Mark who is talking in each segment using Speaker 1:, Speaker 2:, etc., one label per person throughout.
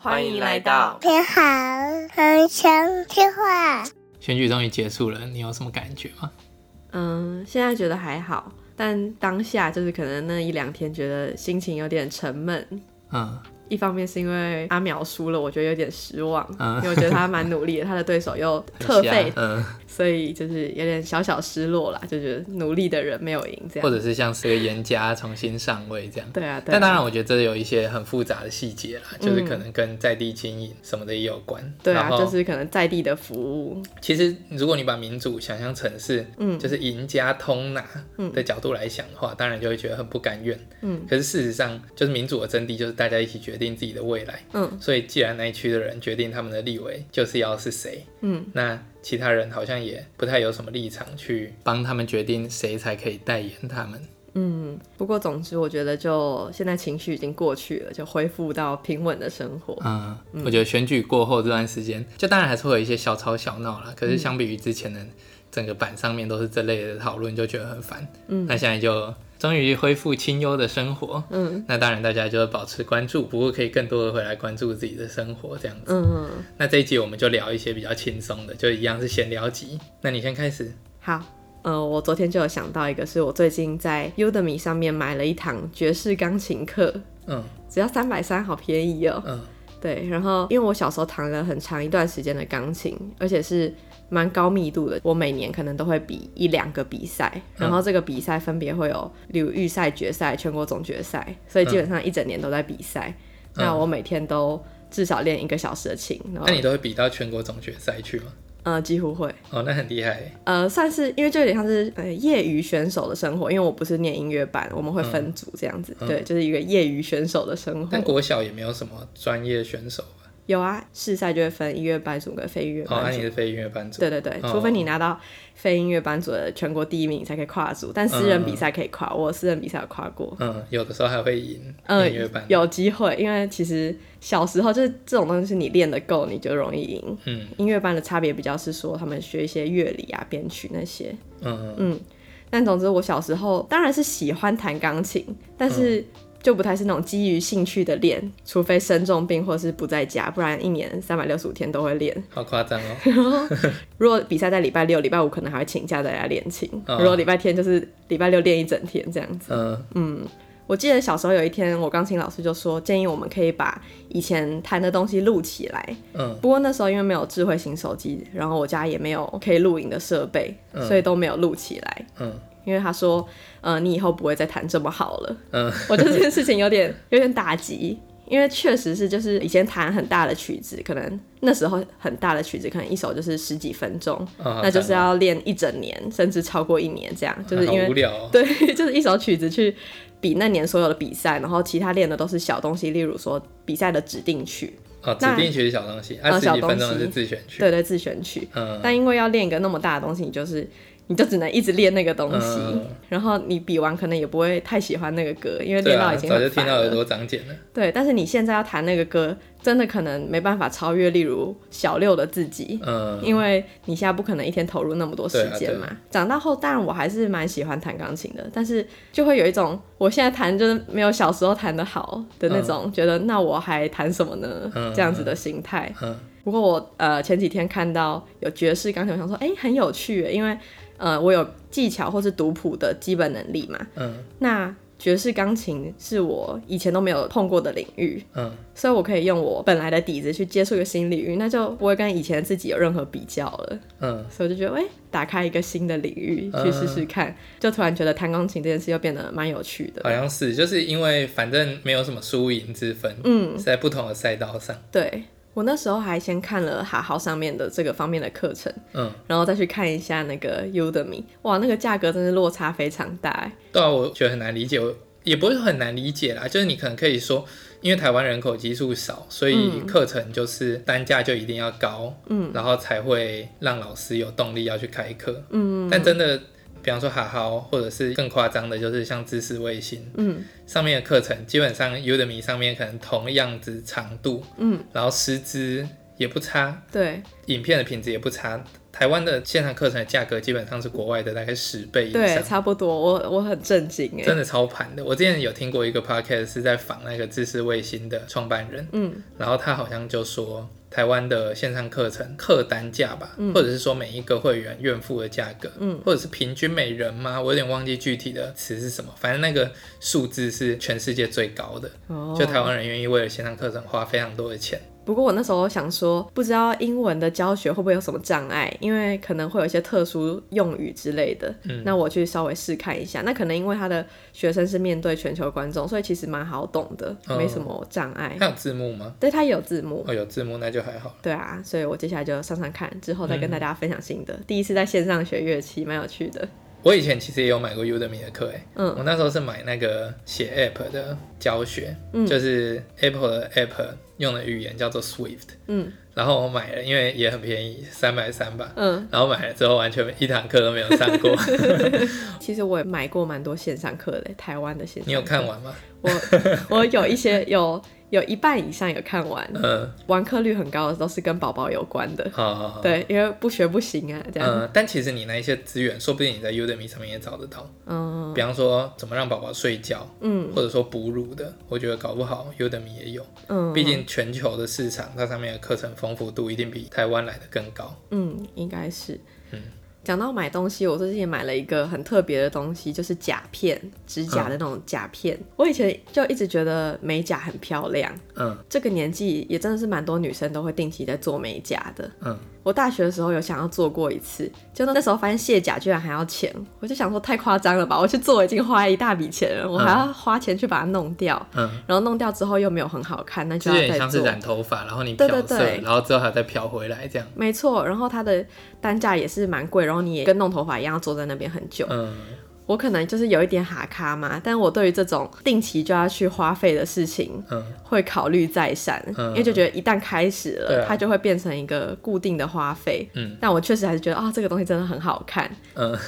Speaker 1: 欢迎来到
Speaker 2: 你好，很想听话。
Speaker 3: 选举终于结束了，你有什么感觉吗？
Speaker 1: 嗯，现在觉得还好，但当下就是可能那一两天觉得心情有点沉闷。
Speaker 3: 嗯，
Speaker 1: 一方面是因为阿淼输了，我觉得有点失望，
Speaker 3: 嗯
Speaker 1: 因为我觉得他蛮努力的，他的对手又特
Speaker 3: 很瞎
Speaker 1: 费，
Speaker 3: 嗯，
Speaker 1: 所以就是有点小小失落啦，就觉得努力的人没有赢这
Speaker 3: 或
Speaker 1: 样。
Speaker 3: 者是像是个严家重新上位这样。
Speaker 1: 啊对啊，对
Speaker 3: 但
Speaker 1: 啊，
Speaker 3: 当然，我觉得这有一些很复杂的细节啦，就是可能跟在地经营什么的也有关。
Speaker 1: 对
Speaker 3: 然
Speaker 1: 啊，
Speaker 3: 后
Speaker 1: 就是可能在地的服务，
Speaker 3: 其实如果你把民主想象成是，
Speaker 1: 嗯
Speaker 3: 就是赢家通拿
Speaker 1: 嗯
Speaker 3: 的角度来想的话，当然就会觉得很不甘愿。
Speaker 1: 嗯
Speaker 3: 可是事实上，就是民主的真谛就是大家一起决定自己的未来。
Speaker 1: 嗯
Speaker 3: 所以既然那一区的人决定他们的立委就是要是谁，
Speaker 1: 嗯，
Speaker 3: 那其他人好像也不太有什么立场去帮他们决定谁才可以代言他们。
Speaker 1: 嗯。不过总之，我觉得就现在情绪已经过去了，就恢复到平稳的生活。
Speaker 3: 嗯，我觉得选举过后这段时间，就当然还是会有一些小吵小闹啦。可是相比于之前的整个版上面都是这类的讨论，就觉得很烦。
Speaker 1: 嗯
Speaker 3: 那现在就终于恢复清幽的生活。
Speaker 1: 嗯
Speaker 3: 那当然，大家就保持关注，不过可以更多的回来关注自己的生活这样子。
Speaker 1: 嗯。
Speaker 3: 那这一集我们就聊一些比较轻松的，就一样是闲聊集。那你先开始。
Speaker 1: 好，呃，我昨天就有想到一个，是我最近在 Udemy 上面买了一堂爵士钢琴课，
Speaker 3: 嗯
Speaker 1: 只要三百三，好便宜哦。
Speaker 3: 嗯
Speaker 1: 对，然后因为我小时候弹了很长一段时间的钢琴，而且是蛮高密度的，我每年可能都会比一两个比赛，
Speaker 3: 嗯
Speaker 1: 然后这个比赛分别会有，例如预赛、决赛、全国总决赛，所以基本上一整年都在比赛。
Speaker 3: 嗯
Speaker 1: 那我每天都至少练一个小时的琴，然后
Speaker 3: 那你都会比到全国总决赛去吗？
Speaker 1: 呃几乎会。
Speaker 3: 哦，那很厉害。
Speaker 1: 呃，算是因为就有点像是呃业余选手的生活，因为我不是念音乐班，我们会分组这样子，
Speaker 3: 嗯
Speaker 1: 对，就是一个业余选手的生
Speaker 3: 但
Speaker 1: 活。
Speaker 3: 国小也没有什么专业选手吧？
Speaker 1: 有啊，试赛就会分音乐班组跟非音乐
Speaker 3: 哦，那
Speaker 1: 班
Speaker 3: 你
Speaker 1: 组。
Speaker 3: 是非音乐班组。
Speaker 1: 对对对，
Speaker 3: 哦
Speaker 1: 除非你拿到非音乐班组的全国第一名，你才可以跨组。但私人比赛可以跨，我私人比赛有跨过。
Speaker 3: 嗯，有的时候还会赢
Speaker 1: 嗯
Speaker 3: 音乐班。，
Speaker 1: 有机会，因为其实小时候就是这种东西，是你练得够，你就容易赢。
Speaker 3: 嗯
Speaker 1: 音乐班的差别比较是说，他们学一些乐理啊、编曲那些。
Speaker 3: 嗯嗯
Speaker 1: 嗯，但总之我小时候当然是喜欢弹钢琴，但是就不太是那种基于兴趣的练，除非生重病或是不在家，不然一年三百六十五天都会练。
Speaker 3: 好夸张 哦。
Speaker 1: 如果比赛在礼拜六、礼拜五，可能还会请假在家练琴；
Speaker 3: 哦
Speaker 1: 如果礼拜天就是礼拜六练一整天这样子。
Speaker 3: 嗯
Speaker 1: 我记得小时候有一天，我钢琴老师就说建议我们可以把以前弹的东西录起来，
Speaker 3: 嗯
Speaker 1: 不过那时候因为没有智慧型手机，然后我家也没有可以录影的设备，所以都没有录起来。
Speaker 3: 嗯
Speaker 1: 因为他说，呃，你以后不会再弹这么好了。
Speaker 3: 嗯，
Speaker 1: 我对这件事情有点有点打击，因为确实是就是以前弹很大的曲子，可能那时候很大的曲子，可能一首就是十几分钟，
Speaker 3: 哦
Speaker 1: 那就是
Speaker 3: 好
Speaker 1: 要练一整年，甚至超过一年这样，就是
Speaker 3: 好
Speaker 1: 因为
Speaker 3: 无聊哦。
Speaker 1: 对，就是一首曲子去比那年所有的比赛，然后其他练的都是小东西，例如说比赛的指定曲，
Speaker 3: 哦，指
Speaker 1: 那
Speaker 3: 定曲是小东西，
Speaker 1: 哦
Speaker 3: 啊，十
Speaker 1: 小
Speaker 3: 几
Speaker 1: 东
Speaker 3: 分钟的
Speaker 1: 西
Speaker 3: 是自选曲。
Speaker 1: 对对，自选曲。
Speaker 3: 嗯
Speaker 1: 但因为要练一个那么大的东西，你就是你就只能一直练那个东西，
Speaker 3: 嗯
Speaker 1: 然后你比完可能也不会太喜欢那个歌，因为
Speaker 3: 对
Speaker 1: 练到
Speaker 3: 啊，
Speaker 1: 已经
Speaker 3: 早就
Speaker 1: 很
Speaker 3: 听
Speaker 1: 烦
Speaker 3: 到耳
Speaker 1: 了。
Speaker 3: 朵长茧了。
Speaker 1: 对，但是你现在要弹那个歌，真的可能没办法超越，例如小六的自己。
Speaker 3: 嗯
Speaker 1: 因为你现在不可能一天投入那么多时间嘛。
Speaker 3: 对啊对
Speaker 1: 长大后，当然我还是蛮喜欢弹钢琴的，但是就会有一种我现在弹就是没有小时候弹的好的那种，觉得那我还弹什么呢？
Speaker 3: 嗯
Speaker 1: 这样子的心态。
Speaker 3: 嗯
Speaker 1: 不过我呃前几天看到有爵士钢琴，我想说哎、诶很有趣耶，因为呃我有技巧或是读谱的基本能力嘛。
Speaker 3: 嗯
Speaker 1: 那爵士钢琴是我以前都没有碰过的领域，
Speaker 3: 嗯
Speaker 1: 所以我可以用我本来的底子去接触一个新领域，那就不会跟以前自己有任何比较了。
Speaker 3: 嗯
Speaker 1: 所以我就觉得哎、诶打开一个新的领域去试试看，就突然觉得弹钢琴这件事又变得蛮有趣
Speaker 3: 好
Speaker 1: 的。
Speaker 3: 像是，就是因为反正没有什么输赢之分，
Speaker 1: 嗯，
Speaker 3: 是在不同的赛道上。
Speaker 1: 对我那时候还先看了哈好上面的这个方面的课程。
Speaker 3: 嗯，
Speaker 1: 然后再去看一下那个 Udemy，哇，那个价格真是落差非常大欸。
Speaker 3: 对啊，我觉得很难理解，我也不是很难理解啦，就是你可能可以说，因为台湾人口基数少，所以课程就是单价就一定要高，嗯，然后才会让老师有动力要去开课，嗯，但真的。比方说哈好，或者是更夸张的，就是像知识卫星，
Speaker 1: 嗯，
Speaker 3: 上面的课程基本上 Udemy 上面可能同样子长度，
Speaker 1: 嗯，
Speaker 3: 然后师资也不差，
Speaker 1: 对，
Speaker 3: 影片的品质也不差，台湾的线上课程的价格基本上是国外的大概十倍以
Speaker 1: 对，
Speaker 3: 上，
Speaker 1: 差不多，我我很震惊
Speaker 3: 真
Speaker 1: 哎，
Speaker 3: 的超盘的。我之前有听过一个 podcast 是在访那个知识卫星的创办人，
Speaker 1: 嗯，
Speaker 3: 然后他好像就说，台湾的线上课程客单价吧，
Speaker 1: 嗯
Speaker 3: 或者是说每一个会员愿付的价格，嗯，或者是平均每人吗？我有点忘记具体的词是什么，反正那个数字是全世界最高的，
Speaker 1: 哦
Speaker 3: 就台湾人愿意为了线上课程花非常多的钱。
Speaker 1: 不过我那时候想说，不知道英文的教学会不会有什么障碍，因为可能会有一些特殊用语之类的。
Speaker 3: 嗯
Speaker 1: 那我去稍微试看一下。那可能因为他的学生是面对全球观众，所以其实蛮好懂的，
Speaker 3: 哦
Speaker 1: 没什么障碍。
Speaker 3: 它有字幕吗？
Speaker 1: 对，他也有字幕。
Speaker 3: 哦，有字幕那就还好。
Speaker 1: 对啊，所以我接下来就上上看，之后再跟大
Speaker 3: 嗯
Speaker 1: 家分享新的。第一次在线上学乐器，蛮有趣的。
Speaker 3: 我以前其实也有买过 Udemy 的课，哎，
Speaker 1: 嗯
Speaker 3: 我那时候是买那个写 App 的教学，
Speaker 1: 嗯
Speaker 3: 就是 Apple 的 App 用的语言叫做 Swift，
Speaker 1: 嗯
Speaker 3: 然后我买了，因为也很便宜，三百三吧，
Speaker 1: 嗯，
Speaker 3: 然后买了之后完全一堂课都没有上 过。
Speaker 1: 嗯其实我也买过蛮多线上课的，台湾的线上课。
Speaker 3: 你有看完吗？
Speaker 1: 我？我有一些有有一半以上有看完。
Speaker 3: 嗯，
Speaker 1: 完课率很高的都是跟宝宝有关的。
Speaker 3: 好好好。
Speaker 1: 对，因为不学不行啊，这样。
Speaker 3: 嗯，但其实你那一些资源，说不定你在 Udemy 上面也找得到。
Speaker 1: 嗯
Speaker 3: 比方说，怎么让宝宝睡觉，
Speaker 1: 嗯
Speaker 3: 或者说哺乳的，我觉得搞不好 Udemy 也有。
Speaker 1: 嗯，
Speaker 3: 毕竟全球的市场，它上面的课程丰富度一定比台湾来的更高。
Speaker 1: 嗯，应该是
Speaker 3: 嗯。
Speaker 1: 讲到买东西，我最近也买了一个很特别的东西，就是甲片，指甲的那种甲片。我以前就一直觉得美甲很漂亮，
Speaker 3: 嗯
Speaker 1: 这个年纪也真的是蛮多女生都会定期在做美甲的。
Speaker 3: 嗯，
Speaker 1: 我大学的时候有想要做过一次，就那时候发现卸甲居然还要钱，我就想说太夸张了吧！我去做已经花了一大笔钱了，我还要花钱去把它弄掉，
Speaker 3: 嗯，
Speaker 1: 然后弄掉之后又没有很好看，那
Speaker 3: 就
Speaker 1: 就
Speaker 3: 有
Speaker 1: 要
Speaker 3: 点
Speaker 1: 再
Speaker 3: 像是
Speaker 1: 做。
Speaker 3: 染头发，然后你
Speaker 1: 对
Speaker 3: 漂
Speaker 1: 对
Speaker 3: 色，
Speaker 1: 对
Speaker 3: 然后之后还要再漂回来这样。
Speaker 1: 没错，然后它的单价也是蛮贵，然后你也跟弄头发一样要坐在那边很久。
Speaker 3: 嗯，
Speaker 1: 我可能就是有一点哈咖嘛，但我对于这种定期就要去花费的事情，
Speaker 3: 嗯
Speaker 1: 会考虑再三，
Speaker 3: 嗯
Speaker 1: 因为就觉得一旦开始了，
Speaker 3: 对啊
Speaker 1: 它就会变成一个固定的花费。
Speaker 3: 嗯
Speaker 1: 但我确实还是觉得啊、这个东西真的很好看。
Speaker 3: 嗯，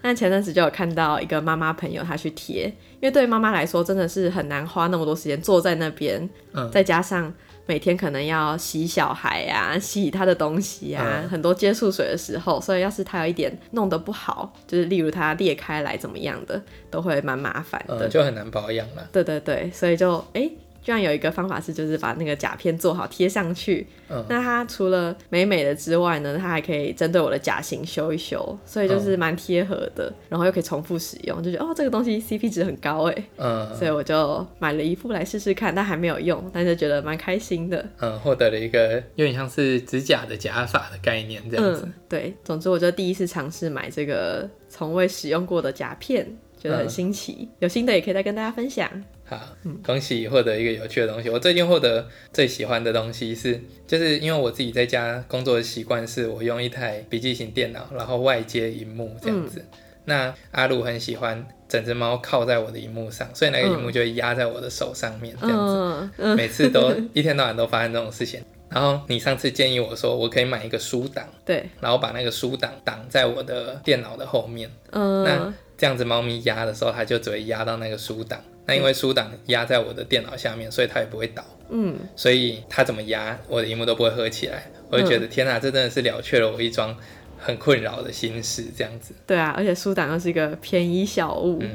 Speaker 1: 但前阵子就有看到一个妈妈朋友，她去贴，因为对妈妈来说真的是很难花那么多时间坐在那边，
Speaker 3: 嗯
Speaker 1: 再加上每天可能要洗小孩啊、 洗他的东西啊，
Speaker 3: 嗯
Speaker 1: 很多接触水的时候，所以要是他有一点弄得不好，就是例如他裂开来怎么样的，都会蛮麻烦的。
Speaker 3: 嗯，就很难保养了。
Speaker 1: 对对对，所以就哎。诶居然有一个方法是，就是把那个甲片做好贴上去。
Speaker 3: 嗯
Speaker 1: 那它除了美美的之外呢，它还可以针对我的甲型修一修，所以就是蛮贴合
Speaker 3: 嗯
Speaker 1: 的，然后又可以重复使用，就觉得哦，这个东西 CP 值很高哎，
Speaker 3: 嗯，
Speaker 1: 所以我就买了一副来试试看，但还没有用，但是觉得蛮开心的。
Speaker 3: 嗯，获得了一个有点像是指甲的假发的概念这样子。
Speaker 1: 嗯，对，总之我就第一次尝试买这个从未使用过的甲片，觉得很
Speaker 3: 嗯
Speaker 1: 新奇，有新的也可以再跟大家分享。
Speaker 3: 好，恭喜获得一个有趣的东西。我最近获得最喜欢的东西是，就是因为我自己在家工作的习惯是，我用一台笔记型电脑，然后外接荧幕这样子。那阿鲁很喜欢整只猫靠在我的荧幕上，所以那个荧幕就会压在我的手上面这样子。
Speaker 1: 嗯
Speaker 3: 每次都一天到晚都发生这种事情。然后你上次建议我说，我可以买一个书挡，
Speaker 1: 对，
Speaker 3: 然后把那个书挡挡在我的电脑的后面。那
Speaker 1: 嗯
Speaker 3: 这样子，猫咪压的时候，它就只会压到那个书挡。那因为书挡压在我的电脑下面，所以它也不会倒。
Speaker 1: 嗯。
Speaker 3: 所以它怎么压，我的荧幕都不会合起来。我就觉得、天哪、这真的是了却了我一桩很困扰的心事。这样子，
Speaker 1: 对啊，而且书档又是一个便宜小物，
Speaker 3: 嗯，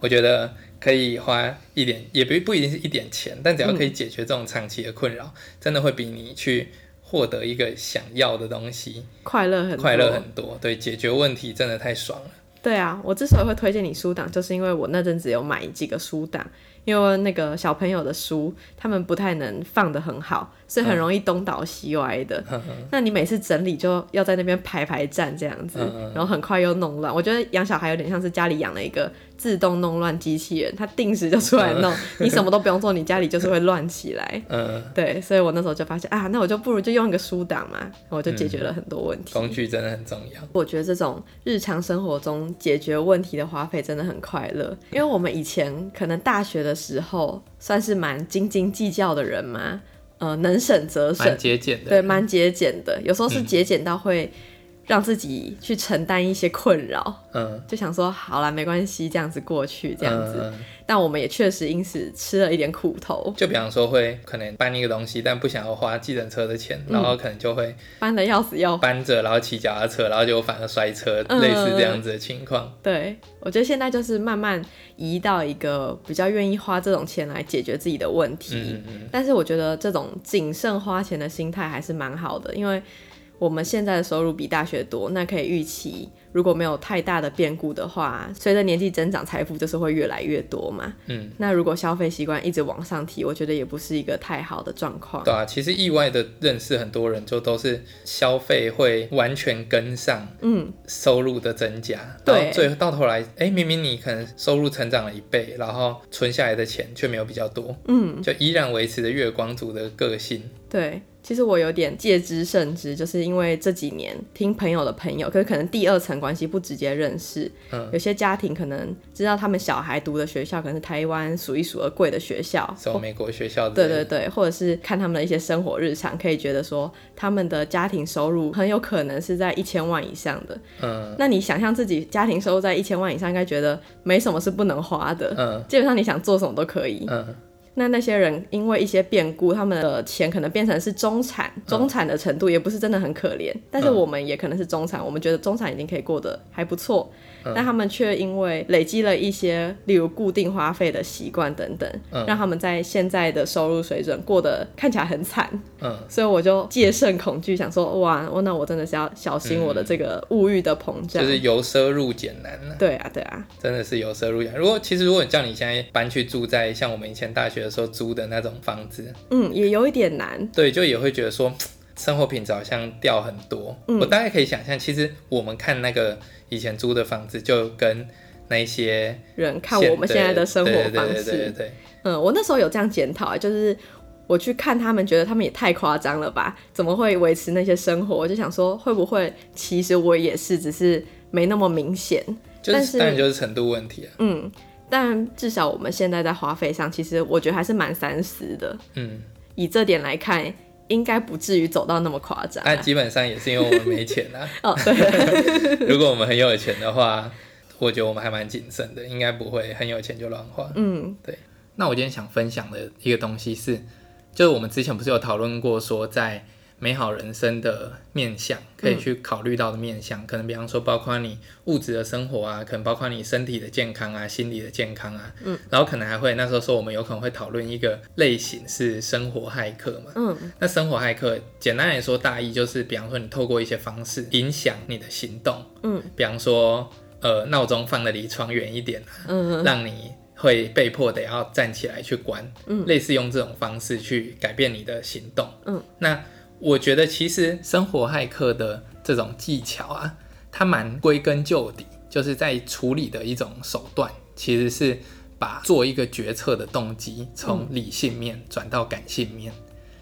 Speaker 3: 我觉得可以花一点，也不不一定是一点钱，但只要
Speaker 1: 嗯
Speaker 3: 可以解决这种长期的困扰，真的会比你去获得一个想要的东西
Speaker 1: 快乐很多
Speaker 3: 快乐很多。对，解决问题真的太爽了。
Speaker 1: 对啊，我之所以会推荐你书档，就是因为我那阵子有买几个书档，因为那个小朋友的书他们不太能放得很好，所以很容易东倒西歪的。
Speaker 3: 嗯
Speaker 1: 那你每次整理就要在那边排排站这样子，
Speaker 3: 嗯嗯嗯
Speaker 1: 然后很快又弄乱。我觉得养小孩有点像是家里养了一个自动弄乱机器人，它定时就出来弄，你什么都不用做，你家里就是会乱起来。
Speaker 3: 嗯，
Speaker 1: 对，所以我那时候就发现啊，那我就不如就用一个书档嘛，我就解决了很多问题。
Speaker 3: 工具真的很重要。
Speaker 1: 我觉得这种日常生活中解决问题的花费真的很快乐，因为我们以前可能大学的时候算是蛮斤斤计较的人嘛，呃，能省则省
Speaker 3: 蛮，节俭的。嗯
Speaker 1: 对，蛮节俭的，有时候是节俭到会让自己去承担一些困扰，
Speaker 3: 嗯，
Speaker 1: 就想说好啦，没关系，这样子过去，这样子。
Speaker 3: 嗯
Speaker 1: 但我们也确实因此吃了一点苦头，
Speaker 3: 就比方说会可能搬一个东西，但不想要花计程车的钱，
Speaker 1: 嗯
Speaker 3: 然后可能就会
Speaker 1: 搬的要死要活。
Speaker 3: 搬着，然后骑脚踏车，然后就反而摔车，
Speaker 1: 嗯
Speaker 3: 类似这样子的情况。
Speaker 1: 对，我觉得现在就是慢慢移到一个比较愿意花这种钱来解决自己的问题。
Speaker 3: 嗯嗯
Speaker 1: 但是我觉得这种谨慎花钱的心态还是蛮好的，因为我们现在的收入比大学多，那可以预期，如果没有太大的变故的话，随着年纪增长，财富就是会越来越多嘛。
Speaker 3: 嗯，
Speaker 1: 那如果消费习惯一直往上提，我觉得也不是一个太好的状况。
Speaker 3: 对啊，其实意外的认识很多人，就都是消费会完全跟上
Speaker 1: 嗯，
Speaker 3: 收入的增加，
Speaker 1: 对
Speaker 3: 然后最到头来，哎，明明你可能收入成长了一倍，然后存下来的钱却没有比较多，
Speaker 1: 嗯，
Speaker 3: 就依然维持着月光族的个性。
Speaker 1: 对。其实我有点戒之甚之，就是因为这几年听朋友的朋友，可是可能第二层关系不直接认识，
Speaker 3: 嗯
Speaker 1: 有些家庭可能知道他们小孩读的学校可能是台湾数一数二贵的学校，
Speaker 3: 走美国学校的，
Speaker 1: 对对对，或者是看他们的一些生活日常，可以觉得说他们的家庭收入很有可能是在一千万以上的。
Speaker 3: 嗯
Speaker 1: 那你想象自己家庭收入在一千万以上，应该觉得没什么是不能花的，
Speaker 3: 嗯
Speaker 1: 基本上你想做什么都可以。
Speaker 3: 嗯
Speaker 1: 那那些人因为一些变故，他们的钱可能变成是中产，
Speaker 3: 嗯
Speaker 1: 中产的程度也不是真的很可怜，但是我们也可能是中产，我们觉得中产已经可以过得还不错，
Speaker 3: 嗯
Speaker 1: 但他们却因为累积了一些，例如固定花费的习惯等等，
Speaker 3: 嗯
Speaker 1: 让他们在现在的收入水准过得看起来很惨，
Speaker 3: 嗯，
Speaker 1: 所以我就戒慎恐惧，想说哇，那我真的是要小心我的这个物欲的膨胀。
Speaker 3: 就是由奢入俭难了、
Speaker 1: 对啊，对啊，
Speaker 3: 真的是由奢入俭。如果其实如果叫你现在搬去住在像我们以前大学的时候租的那种房子，
Speaker 1: 嗯，也有一点难，
Speaker 3: 对，就也会觉得说生活品质好像掉很多。
Speaker 1: 嗯
Speaker 3: 我大概可以想象，其实我们看那个以前租的房子，就跟那些
Speaker 1: 人看我们现在的生活
Speaker 3: 对
Speaker 1: 方式，
Speaker 3: 对对对对对，
Speaker 1: 嗯，我那时候有这样检讨，就是我去看他们，觉得他们也太夸张了吧？怎么会维持那些生活？我就想说，会不会其实我也是，只是没那么明显。
Speaker 3: 就
Speaker 1: 但
Speaker 3: 是
Speaker 1: 是
Speaker 3: 当然就是程度问题啊。
Speaker 1: 嗯，但至少我们现在在花费上，其实我觉得还是蛮三思的。
Speaker 3: 嗯，
Speaker 1: 以这点来看，应该不至于走到那么夸张啊、
Speaker 3: 那基本上也是因为我们没钱啊。
Speaker 1: 哦，对，
Speaker 3: 如果我们很有钱的话，我觉得我们还蛮谨慎的，应该不会很有钱就乱花。
Speaker 1: 嗯
Speaker 3: 那我今天想分享的一个东西是，就是我们之前不是有讨论过说，在美好人生的面向可以去考虑到的面向，可能比方说包括你物质的生活啊，可能包括你身体的健康啊、心理的健康啊，嗯，然后可能还会那时候说我们有可能会讨论一个类型是生活骇客嘛，
Speaker 1: 嗯
Speaker 3: 那生活骇客简单来说大意就是，比方说你透过一些方式影响你的行动，
Speaker 1: 嗯，
Speaker 3: 比方说呃闹钟放的离窗远一点啊，
Speaker 1: 嗯
Speaker 3: 让你会被迫得要站起来去关，
Speaker 1: 嗯
Speaker 3: 类似用这种方式去改变你的行动，
Speaker 1: 嗯，
Speaker 3: 那我觉得其实生活骇客的这种技巧啊，它蛮归根究底，就是在处理的一种手段，其实是把做一个决策的动机从理性面转到感性面。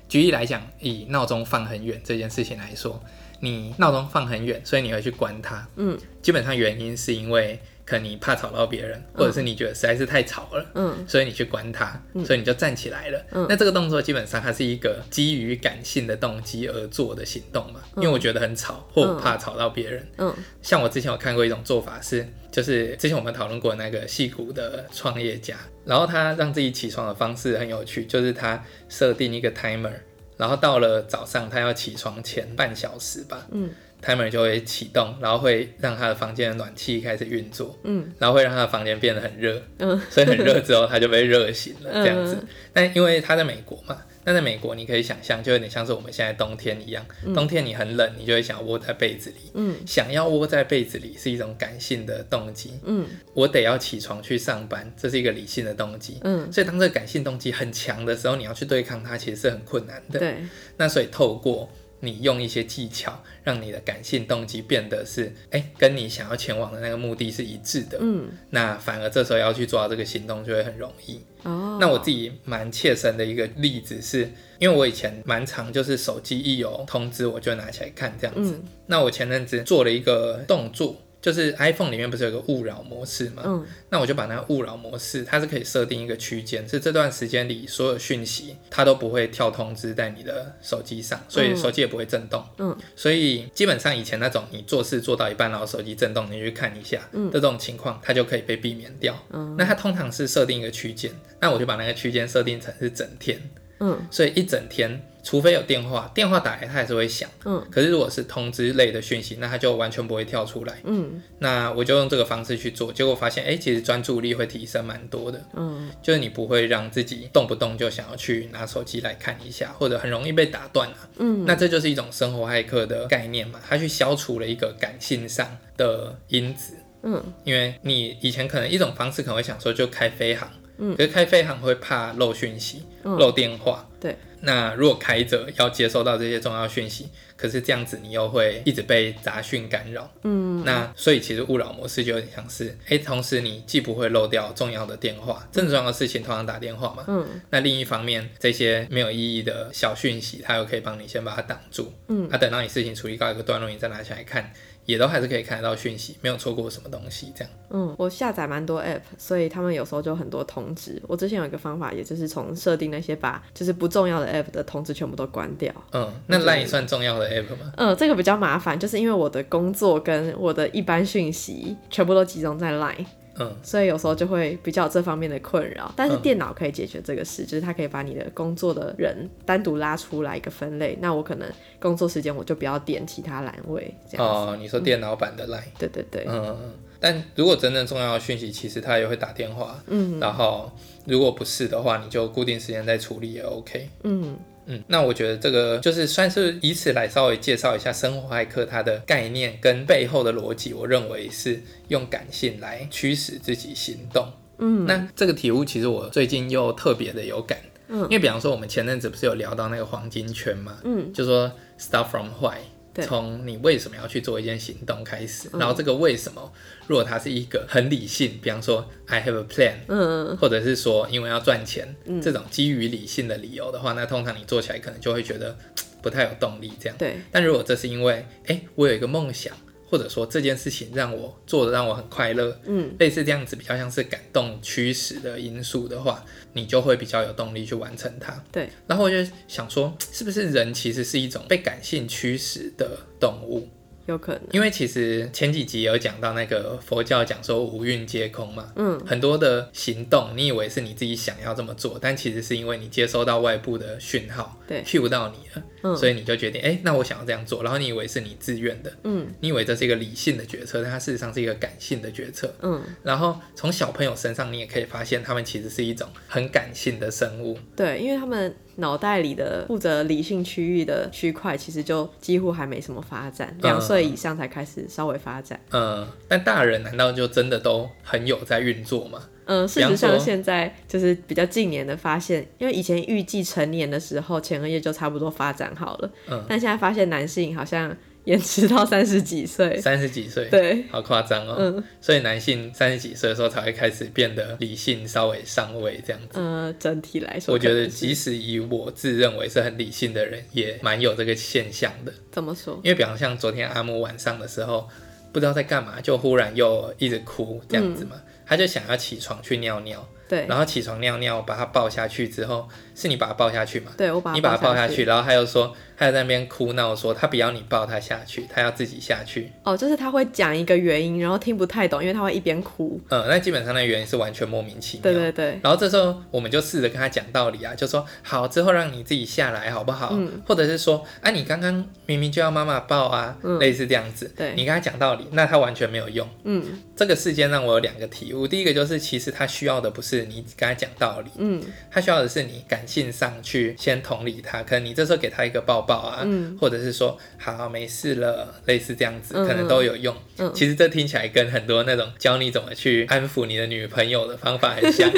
Speaker 3: 举例来讲，以闹钟放很远这件事情来说，你闹钟放很远，所以你会去关它，
Speaker 1: 嗯
Speaker 3: 基本上原因是因为可能你怕吵到别人，或者是你觉得实在是太吵了。
Speaker 1: 嗯
Speaker 3: 所以你去关它，所以你就站起来了。
Speaker 1: 嗯
Speaker 3: 那这个动作基本上它是一个基于感性的动机而做的行动嘛，因为我觉得很吵，或我怕吵到别人。
Speaker 1: 嗯
Speaker 3: 像我之前有看过一种做法是，就是之前我们讨论过那个戏骨的创业家，然后他让自己起床的方式很有趣，就是他设定一个 timer，然后到了早上他要起床前半小时吧，
Speaker 1: 嗯
Speaker 3: ，timer 就会启动，然后会让他的房间的暖气开始运作，
Speaker 1: 嗯
Speaker 3: 然后会让他的房间变得很热，
Speaker 1: 嗯
Speaker 3: 所以很热之后他就被热醒了这样子
Speaker 1: 嗯。
Speaker 3: 但因为他在美国嘛，那在美国你可以想象，就有点像是我们现在冬天一样，冬天你很冷，你就会想要窝在被子里。
Speaker 1: 嗯
Speaker 3: 想要窝在被子里是一种感性的动机，
Speaker 1: 嗯
Speaker 3: 我得要起床去上班，这是一个理性的动机。
Speaker 1: 嗯，
Speaker 3: 所以当这个感性动机很强的时候，你要去对抗它，其实是很困难的。
Speaker 1: 对，
Speaker 3: 那所以透过你用一些技巧，让你的感性动机变得是，哎、跟你想要前往的那个目的是一致的。
Speaker 1: 嗯
Speaker 3: 那反而这时候要去抓这个行动就会很容易。
Speaker 1: 哦，
Speaker 3: 那我自己蛮切身的一个例子是，因为我以前蛮常就是手机一有通知我就拿起来看这样子。
Speaker 1: 嗯
Speaker 3: 那我前阵子做了一个动作，就是 iPhone 里面不是有个勿扰模式嘛？
Speaker 1: 嗯
Speaker 3: 那我就把那勿扰模式，它是可以设定一个区间，是这段时间里所有讯息它都不会跳通知在你的手机上，所以手机也不会震动。
Speaker 1: 嗯，
Speaker 3: 所以基本上以前那种你做事做到一半然后手机震动，你去看一下，嗯，这种情况它就可以被避免掉。
Speaker 1: 嗯，
Speaker 3: 那它通常是设定一个区间，那我就把那个区间设定成是整天，
Speaker 1: 嗯
Speaker 3: 所以一整天，除非有电话，电话打来它还是会响。
Speaker 1: 嗯
Speaker 3: 可是如果是通知类的讯息，那它就完全不会跳出来。
Speaker 1: 嗯
Speaker 3: 那我就用这个方式去做，结果发现，哎、其实专注力会提升蛮多的，
Speaker 1: 嗯
Speaker 3: 就是你不会让自己动不动就想要去拿手机来看一下，或者很容易被打断啊。
Speaker 1: 嗯，
Speaker 3: 那这就是一种生活骇客的概念嘛，它去消除了一个感性上的因子。
Speaker 1: 嗯
Speaker 3: 因为你以前可能一种方式可能会想说就开飞行，
Speaker 1: 嗯
Speaker 3: 可是开飞行会怕漏讯息、漏电话，
Speaker 1: 对。
Speaker 3: 那如果开着要接收到这些重要讯息，可是这样子你又会一直被杂讯干扰，嗯，那所以其实勿扰模式就有点像是，哎、同时你既不会漏掉重要的电话，正重要的事情通常打电话嘛，
Speaker 1: 嗯
Speaker 3: 那另一方面，这些没有意义的小讯息，它又可以帮你先把它挡住。
Speaker 1: 嗯
Speaker 3: 那、等到你事情处理到一个段落，你再拿起来看，也都还是可以看得到讯息，没有错过什么东西。这样，
Speaker 1: 嗯，我下载蛮多 app，所以他们有时候就很多通知。我之前有一个方法，也就是从设定那些把就是不重要的 app 的通知全部都关掉。
Speaker 3: 嗯，那 Line 也算重要的 app 吗？
Speaker 1: 嗯，这个比较麻烦，就是因为我的工作跟我的一般讯息全部都集中在 Line，
Speaker 3: 嗯，
Speaker 1: 所以有时候就会比较有这方面的困扰。但是
Speaker 3: 嗯
Speaker 1: 电脑可以解决这个事，就是它可以把你的工作的人单独拉出来一个分类。那我可能工作时间我就不要点其他栏位这样子。
Speaker 3: 哦，你说电脑版的 Line，
Speaker 1: 对对对，
Speaker 3: 嗯嗯，嗯但如果真正重要的讯息，其实它也会打电话。嗯，然后如果不是的话，你就固定时间再处理也 OK。
Speaker 1: 嗯
Speaker 3: 嗯，那我觉得这个就是算是以此来稍微介绍一下生活骇客它的概念跟背后的逻辑，我认为是用感性来驱使自己行动。嗯，那这个体悟其实我最近又特别的有感，
Speaker 1: 嗯
Speaker 3: 因为比方说我们前阵子不是有聊到那个黄金圈嘛，
Speaker 1: 嗯
Speaker 3: 就说 start from why，
Speaker 1: 对嗯
Speaker 3: 从你为什么要去做一件行动开始，然后这个为什么，如果它是一个很理性，比方说 I have a plan，
Speaker 1: 嗯
Speaker 3: 或者是说因为要赚钱、这种基于理性的理由的话，那通常你做起来可能就会觉得嘖不太有动力这样。
Speaker 1: 对，
Speaker 3: 但如果这是因为，哎、我有一个梦想，或者说这件事情让我做的让我很快乐，
Speaker 1: 嗯
Speaker 3: 类似这样子比较像是感动驱使的因素的话，你就会比较有动力去完成它。
Speaker 1: 对，
Speaker 3: 然后我就想说，嘖是不是人其实是一种被感性驱使的动物？
Speaker 1: 有可能。
Speaker 3: 因为其实前几集有讲到那个佛教讲说五蕴皆空嘛，
Speaker 1: 嗯，
Speaker 3: 很多的行动，你以为是你自己想要这么做，但其实是因为你接收到外部的讯号，
Speaker 1: 对
Speaker 3: ，cue 到你了，
Speaker 1: 嗯
Speaker 3: 所以你就决定，哎、那我想要这样做，然后你以为是你自愿的，
Speaker 1: 嗯
Speaker 3: 你以为这是一个理性的决策，但它事实上是一个感性的决策。
Speaker 1: 嗯，
Speaker 3: 然后从小朋友身上，你也可以发现，他们其实是一种很感性的生物，
Speaker 1: 对，因为他们脑袋里的负责理性区域的区块，其实就几乎还没什么发展，两岁以上才开始稍微发展。
Speaker 3: 嗯，但大人难道就真的都很有在运作吗？
Speaker 1: 嗯，事
Speaker 3: 比
Speaker 1: 实
Speaker 3: 方说
Speaker 1: 上现在就是比较近年的发现，因为以前预计成年的时候前额叶就差不多发展好了，
Speaker 3: 嗯
Speaker 1: 但现在发现男性好像延迟到三十几岁，
Speaker 3: 三十几岁，
Speaker 1: 对，
Speaker 3: 好夸张哦。
Speaker 1: 嗯
Speaker 3: 所以男性三十几岁的时候才会开始变得理性，稍微上位这样子。
Speaker 1: 呃，整体来说
Speaker 3: 我
Speaker 1: 可能
Speaker 3: 觉
Speaker 1: 是，
Speaker 3: 得，即使以我自认为是很理性的人，也蛮有这个现象的。
Speaker 1: 怎么说，
Speaker 3: 因为比方像昨天阿木晚上的时候，不知道在干嘛，就忽然又一直哭这样子嘛，他就想要起床去尿尿，
Speaker 1: 嗯对
Speaker 3: 然后起床尿尿，把他抱下去之后，是你把他抱下去嘛？
Speaker 1: 对，我把
Speaker 3: 你把他抱下
Speaker 1: 下
Speaker 3: 去，，然后他又说，他又在那边哭闹说，他不要你抱他下去，他要自己下去。
Speaker 1: 哦，就是他会讲一个原因，然后听不太懂，因为他会一边哭，
Speaker 3: 嗯，那基本上那原因是完全莫名其妙。
Speaker 1: 对对对，
Speaker 3: 然后这时候我们就试着跟他讲道理啊，就说好，之后让你自己下来好不好？
Speaker 1: 嗯
Speaker 3: 或者是说，啊，你刚刚明明就要妈妈抱啊，
Speaker 1: 嗯
Speaker 3: 类似这样子。
Speaker 1: 对
Speaker 3: 你跟他讲道理，那他完全没有用。
Speaker 1: 嗯
Speaker 3: 这个事件让我有两个体悟，第一个就是其实他需要的不是你跟他讲道理，
Speaker 1: 嗯
Speaker 3: 他需要的是你感性上去先同理他，可能你这时候给他一个抱抱啊，
Speaker 1: 嗯
Speaker 3: 或者是说好没事了，类似这样子，
Speaker 1: 嗯
Speaker 3: 可能都有用。
Speaker 1: 嗯
Speaker 3: 其实这听起来跟很多那种教你怎么去安抚你的女朋友的方法 很像，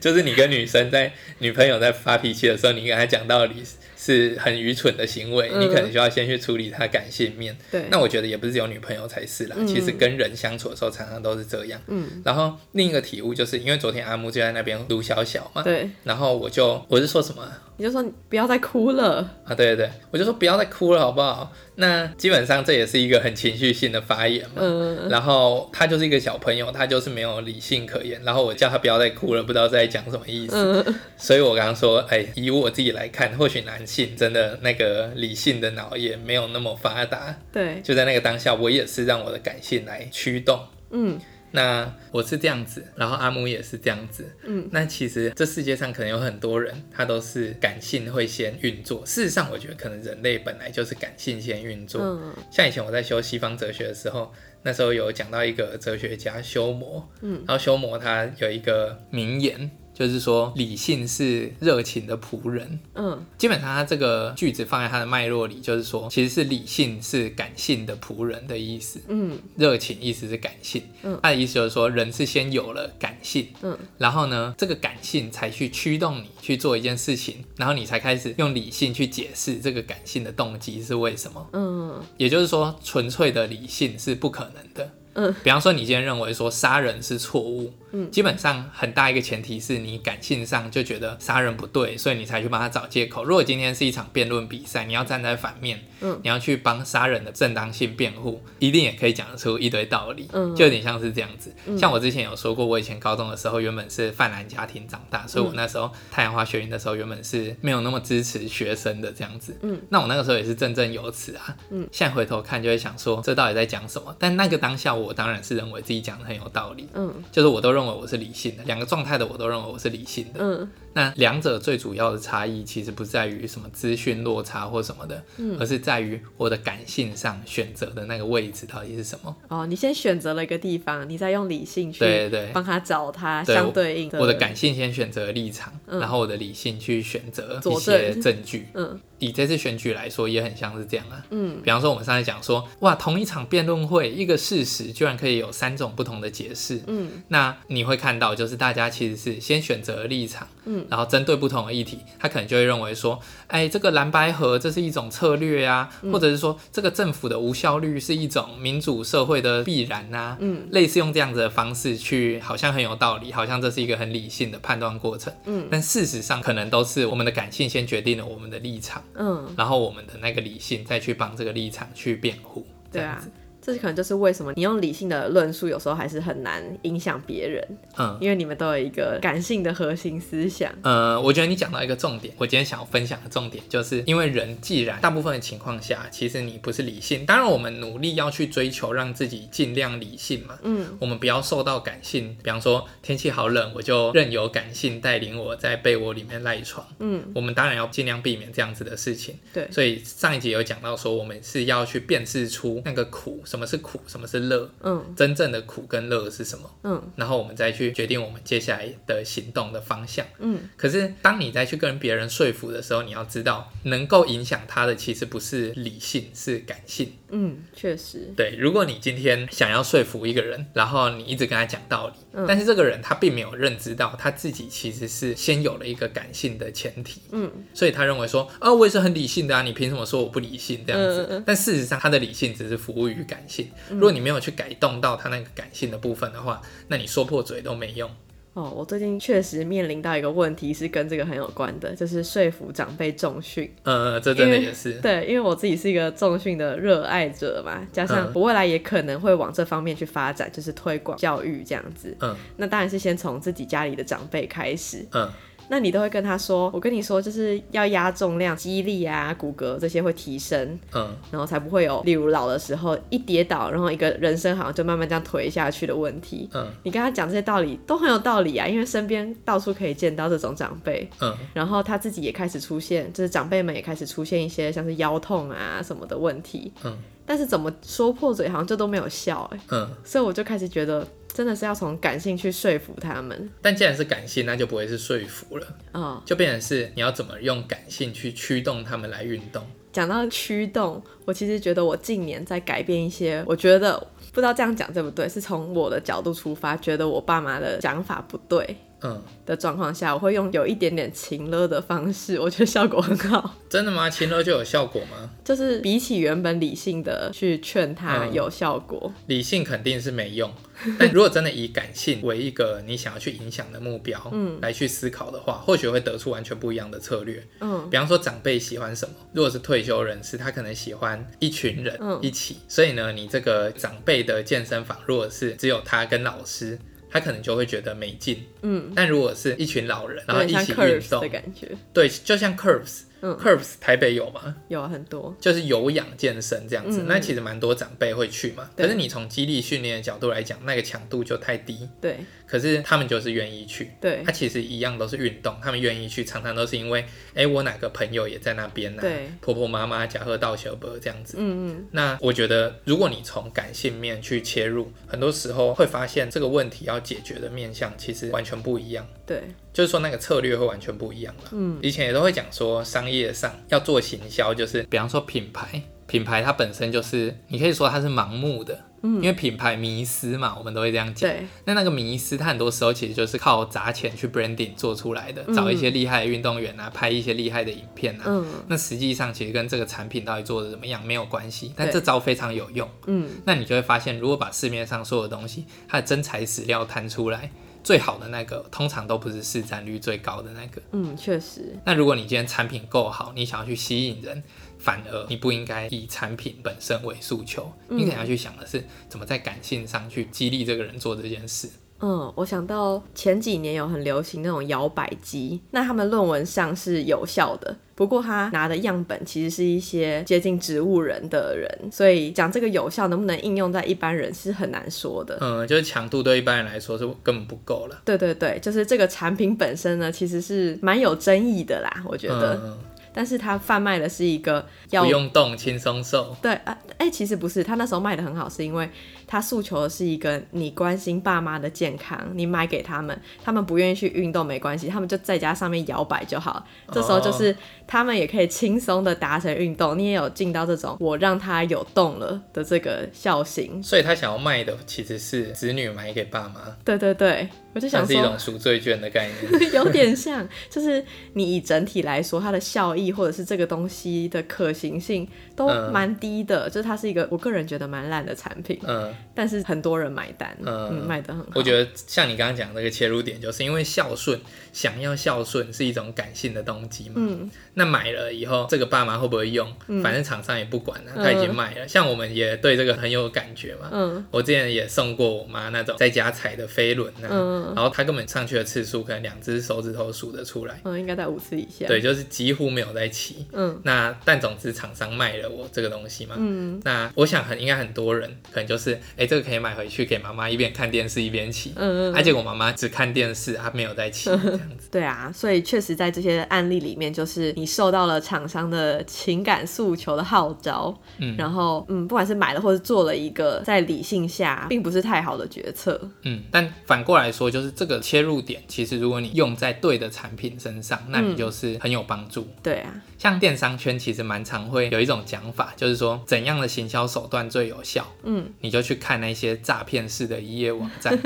Speaker 3: 就是你跟女生在女朋友在发脾气的时候，你跟她讲道理是很愚蠢的行为，
Speaker 1: 嗯
Speaker 3: 你可能需要先去处理她感性面。
Speaker 1: 对，
Speaker 3: 那我觉得也不是只有女朋友才是啦，
Speaker 1: 嗯
Speaker 3: 其实跟人相处的时候常常都是这样。
Speaker 1: 嗯
Speaker 3: 然后另一个体悟就是因为昨天阿木就在那边撸小小嘛，
Speaker 1: 对，
Speaker 3: 然后我就我是说什么啊？
Speaker 1: 你你就说你不要再哭了。
Speaker 3: 啊，对对对，我就说不要再哭了，好不好？那基本上这也是一个很情绪性的发言嘛。
Speaker 1: 嗯，
Speaker 3: 然后他就是一个小朋友，他就是没有理性可言。然后我叫他不要再哭了，不知道在讲什么意思。
Speaker 1: 嗯
Speaker 3: 所以我刚刚说，哎，以我自己来看，或许男性真的那个理性的脑也没有那么发达。
Speaker 1: 对，
Speaker 3: 就在那个当下，我也是让我的感性来驱动。
Speaker 1: 嗯，
Speaker 3: 那我是这样子，然后阿姆也是这样子，
Speaker 1: 嗯，
Speaker 3: 那其实这世界上可能有很多人，他都是感性会先运作。事实上，我觉得可能人类本来就是感性先运作。
Speaker 1: 嗯
Speaker 3: 像以前我在修西方哲学的时候，那时候有讲到一个哲学家修谟，
Speaker 1: 嗯，
Speaker 3: 然后修谟他有一个名言，就是说理性是热情的仆人。
Speaker 1: 嗯
Speaker 3: 基本上，他这个句子放在他的脉络里，就是说，其实是理性是感性的仆人的意思。
Speaker 1: 嗯
Speaker 3: 热情意思是感性，
Speaker 1: 嗯
Speaker 3: 他的意思就是说，人是先有了感性，
Speaker 1: 嗯
Speaker 3: 然后呢，这个感性才去驱动你去做一件事情，然后你才开始用理性去解释这个感性的动机是为什么。
Speaker 1: 嗯
Speaker 3: 也就是说，纯粹的理性是不可能的。
Speaker 1: 嗯，
Speaker 3: 比方说，你今天认为说杀人是错误，
Speaker 1: 嗯
Speaker 3: 基本上很大一个前提是你感性上就觉得杀人不对，所以你才去帮他找借口。如果今天是一场辩论比赛，你要站在反面，
Speaker 1: 嗯
Speaker 3: 你要去帮杀人的正当性辩护，一定也可以讲得出一堆道理，
Speaker 1: 嗯
Speaker 3: 就有点像是这样子。像我之前有说过，我以前高中的时候原本是泛蓝家庭长大，所以
Speaker 1: 嗯
Speaker 3: 我那时候太阳花学运的时候原本是没有那么支持学生的这样子，
Speaker 1: 嗯，
Speaker 3: 那我那个时候也是振振有词啊，
Speaker 1: 嗯，
Speaker 3: 现在回头看就会想说这到底在讲什么？但那个当下我当然是认为自己讲的很有道理。
Speaker 1: 嗯
Speaker 3: 就是我都认为我是理性的，两个状态的我都认为我是理性的。
Speaker 1: 嗯
Speaker 3: 那两者最主要的差异其实不在于什么资讯落差或什么的，
Speaker 1: 嗯
Speaker 3: 而是在于我的感性上选择的那个位置到底是什么。
Speaker 1: 哦，你先选择了一个地方，你再用理性去
Speaker 3: 对对
Speaker 1: 帮他找他
Speaker 3: 对，
Speaker 1: 相对应的
Speaker 3: 我的感性先选择立场，
Speaker 1: 嗯
Speaker 3: 然后我的理性去选择一
Speaker 1: 佐
Speaker 3: 些
Speaker 1: 证
Speaker 3: 证据。
Speaker 1: 嗯
Speaker 3: 以这次选举来说，也很像是这样啊。
Speaker 1: 嗯
Speaker 3: 比方说，我们上次讲说，哇，同一场辩论会，一个事实居然可以有三种不同的解释。
Speaker 1: 嗯
Speaker 3: 那你会看到，就是大家其实是先选择立场，
Speaker 1: 嗯，
Speaker 3: 然后针对不同的议题，他可能就会认为说，哎，这个蓝白河这是一种策略啊，
Speaker 1: 嗯
Speaker 3: 或者是说这个政府的无效率是一种民主社会的必然啊，
Speaker 1: 嗯
Speaker 3: 类似用这样子的方式去，好像很有道理，好像这是一个很理性的判断过程，
Speaker 1: 嗯
Speaker 3: 但事实上可能都是我们的感性先决定了我们的立场，
Speaker 1: 嗯，
Speaker 3: 然后我们的那个理性再去帮这个立场去辩护，这
Speaker 1: 对
Speaker 3: 样
Speaker 1: 啊
Speaker 3: 子，。
Speaker 1: 这可能就是为什么你用理性的论述，有时候还是很难影响别人，
Speaker 3: 嗯。
Speaker 1: 因为你们都有一个感性的核心思想。
Speaker 3: 呃，我觉得你讲到一个重点，我今天想要分享的重点，就是因为人既然大部分的情况下，其实你不是理性，当然我们努力要去追求让自己尽量理性嘛，
Speaker 1: 嗯
Speaker 3: 我们不要受到感性，比方说天气好冷，我就任由感性带领我在被窝里面赖床，
Speaker 1: 嗯，
Speaker 3: 我们当然要尽量避免这样子的事情。
Speaker 1: 对，
Speaker 3: 所以上一集有讲到说，我们是要去辨识出那个苦，什么是苦，什么是乐，
Speaker 1: 嗯
Speaker 3: 真正的苦跟乐是什么，
Speaker 1: 嗯
Speaker 3: 然后我们再去决定我们接下来的行动的方向。
Speaker 1: 嗯
Speaker 3: 可是，当你再去跟别人说服的时候，你要知道，能够影响他的其实不是理性，是感性。
Speaker 1: 嗯，确实，
Speaker 3: 对，如果你今天想要说服一个人，然后你一直跟他讲道理，
Speaker 1: 嗯
Speaker 3: 但是这个人他并没有认知到他自己其实是先有了一个感性的前提，
Speaker 1: 嗯
Speaker 3: 所以他认为说，啊，我也是很理性的啊，你凭什么说我不理性这样
Speaker 1: 嗯嗯
Speaker 3: 子？
Speaker 1: 嗯嗯
Speaker 3: 但事实上，他的理性只是服务于感性。如果你没有去改动到他那个感性的部分的话，那你说破嘴都没用。
Speaker 1: 哦，我最近确实面临到一个问题，是跟这个很有关的，就是说服长辈重训。
Speaker 3: 呃，这真的
Speaker 1: 因为
Speaker 3: 也是，
Speaker 1: 对，因为我自己是一个重训的热爱者嘛，加上
Speaker 3: 嗯
Speaker 1: 我未来也可能会往这方面去发展，就是推广教育这样子。
Speaker 3: 嗯
Speaker 1: 那当然是先从自己家里的长辈开始。
Speaker 3: 嗯
Speaker 1: 那你都会跟他说，我跟你说，就是要压重量、肌力啊、骨骼这些会提升，
Speaker 3: 嗯，
Speaker 1: 然后才不会有，例如老的时候一跌倒，然后一个人生好像就慢慢这样颓下去的问题。
Speaker 3: 嗯
Speaker 1: 你跟他讲这些道理都很有道理啊，因为身边到处可以见到这种长辈，
Speaker 3: 嗯
Speaker 1: 然后他自己也开始出现，就是长辈们也开始出现一些像是腰痛啊什么的问题，
Speaker 3: 嗯
Speaker 1: 但是怎么说破嘴好像就都没有效哎、
Speaker 3: 嗯，
Speaker 1: 所以我就开始觉得真的是要从感性去说服他们
Speaker 3: 但既然是感性，那就不会是说服了，
Speaker 1: 哦。
Speaker 3: 就变成是你要怎么用感性去驱动他们来运动。
Speaker 1: 讲到驱动，我其实觉得我近年在改变一些，我觉得不知道这样讲对不对，是从我的角度出发，觉得我爸妈的想法不对，
Speaker 3: 嗯，
Speaker 1: 的状况下，我会用有一点点情勒的方式，我觉得效果很好。
Speaker 3: 真的吗？勤劳就有效果吗？
Speaker 1: 就是比起原本理性的去劝他，
Speaker 3: 嗯
Speaker 1: 有效果。
Speaker 3: 理性肯定是没 用，但如果真的以感性为一个你想要去影响的目标，嗯，来去思考的话，或许会得出完全不一样的策略。
Speaker 1: 嗯
Speaker 3: 比方说长辈喜欢什么，如果是退休人士，他可能喜欢一群人
Speaker 1: 嗯
Speaker 3: 一起，所以呢，你这个长辈的健身房如果是只有他跟老师，他可能就会觉得没劲。
Speaker 1: 嗯，
Speaker 3: 但如果是一群老人，然后
Speaker 1: 有
Speaker 3: 一
Speaker 1: 点像
Speaker 3: 起运
Speaker 1: curves 的
Speaker 3: 动，
Speaker 1: 感觉，
Speaker 3: 对，就像 Curves，Curves、
Speaker 1: 嗯
Speaker 3: Curves 台北有吗？
Speaker 1: 有啊很多。
Speaker 3: 就是有氧健身这样子，
Speaker 1: 嗯
Speaker 3: 那其实蛮多长辈会去嘛。
Speaker 1: 对
Speaker 3: 可是你从肌力训练的角度来讲，那个强度就太低，
Speaker 1: 对
Speaker 3: 可是他们就是愿意去。
Speaker 1: 对
Speaker 3: 他其实一样都是运动，他们愿意去，常常都是因为，哎，我哪个朋友也在那边呢、
Speaker 1: 对
Speaker 3: 婆婆妈妈、假贺道小伯这样子。
Speaker 1: 嗯嗯，
Speaker 3: 那我觉得，如果你从感性面去切入，很多时候会发现这个问题要解决的面向其实完全不一样，
Speaker 1: 对，
Speaker 3: 就是说那个策略会完全不一样了。
Speaker 1: 嗯，
Speaker 3: 以前也都会讲说，商业上要做行销，就是比方说品牌，品牌它本身就是，你可以说它是盲目的，嗯，因为品牌迷失嘛，我们都会这样讲。
Speaker 1: 对
Speaker 3: 那那个迷失，它很多时候其实就是靠砸钱去 branding 做出来的，找一些厉害的运动员啊，拍一些厉害的影片啊。
Speaker 1: 嗯
Speaker 3: 那实际上其实跟这个产品到底做的怎么样没有关系，但
Speaker 1: 对
Speaker 3: 这招非常有用。
Speaker 1: 嗯，
Speaker 3: 那你就会发现，如果把市面上所有东西它的真材实料摊出来，最好的那个通常都不是市占率最高的那个。
Speaker 1: 嗯，确实，
Speaker 3: 那如果你今天产品够好，你想要去吸引人，反而你不应该以产品本身为诉求，你可能要去想的是怎么在感性上去激励这个人做这件事。
Speaker 1: 嗯，我想到前几年有很流行那种摇摆机，那他们论文上是有效的，不过他拿的样本其实是一些接近植物人的人，所以讲这个有效能不能应用在一般人是很难说的。
Speaker 3: 嗯，就是强度对一般人来说是根本不够了。
Speaker 1: 对对对，就是这个产品本身呢，其实是蛮有争议的啦，我觉得。
Speaker 3: 嗯，
Speaker 1: 但是它贩卖的是一个要
Speaker 3: 不用动，轻松瘦。
Speaker 1: 对啊，哎、其实不是，他那时候卖的很好，是因为他诉求的是一个你关心爸妈的健康，你买给他们，他们不愿意去运动没关系，他们就在家上面摇摆就好。这
Speaker 3: 哦
Speaker 1: 时候就是他们也可以轻松的达成运动，你也有尽到这种我让他有动了的这个孝心。
Speaker 3: 所以他想要卖的其实是子女买给爸妈，
Speaker 1: 对对对，我就
Speaker 3: 像
Speaker 1: 想
Speaker 3: 是一
Speaker 1: 说
Speaker 3: 种。赎罪券的概 念。
Speaker 1: 有点像，就是你以整体来说，它的效益或者是这个东西的可行性都
Speaker 3: 嗯
Speaker 1: 蛮低的，就是它是一个我个人觉得蛮烂的产品。
Speaker 3: 嗯，
Speaker 1: 但是很多人买单，
Speaker 3: 嗯
Speaker 1: 嗯，卖的很好。
Speaker 3: 我觉得像你刚刚讲的那个切入点，就是因为孝顺，想要孝顺是一种感性的动机嘛。
Speaker 1: 嗯，
Speaker 3: 那买了以后，这个爸妈会不会用？反正厂商也不管了、他已经
Speaker 1: 嗯
Speaker 3: 卖了。像我们也对这个很有感觉嘛。
Speaker 1: 嗯
Speaker 3: 我之前也送过我妈那种在家踩的飞轮啊，
Speaker 1: 嗯
Speaker 3: 然后她根本上去的次数可能两只手指头数得出来，
Speaker 1: 嗯，应该在五次以下。
Speaker 3: 对，，就是几乎没有在骑。
Speaker 1: 嗯
Speaker 3: 那但总之厂商卖了我这个东西嘛，
Speaker 1: 嗯
Speaker 3: 那我想很应该很多人可能就是，哎、这个可以买回去给妈妈一边看电视一边骑，
Speaker 1: 嗯，
Speaker 3: 啊，结果妈妈只看电视，她没有在骑这样子，
Speaker 1: 对啊，所以确实在这些案例里面，就是你受到了厂商的情感诉求的号召，
Speaker 3: 嗯
Speaker 1: 然后嗯，不管是买了或者做了一个在理性下并不是太好的决策，
Speaker 3: 嗯，但反过来说，就是这个切入点，其实如果你用在对的产品身上，那你就是很有帮助。
Speaker 1: 对啊，
Speaker 3: 像电商圈其实蛮常会有一种讲法，就是说怎样的行销手段最有效，
Speaker 1: 嗯，
Speaker 3: 你就去看那些诈骗式的一页网 站，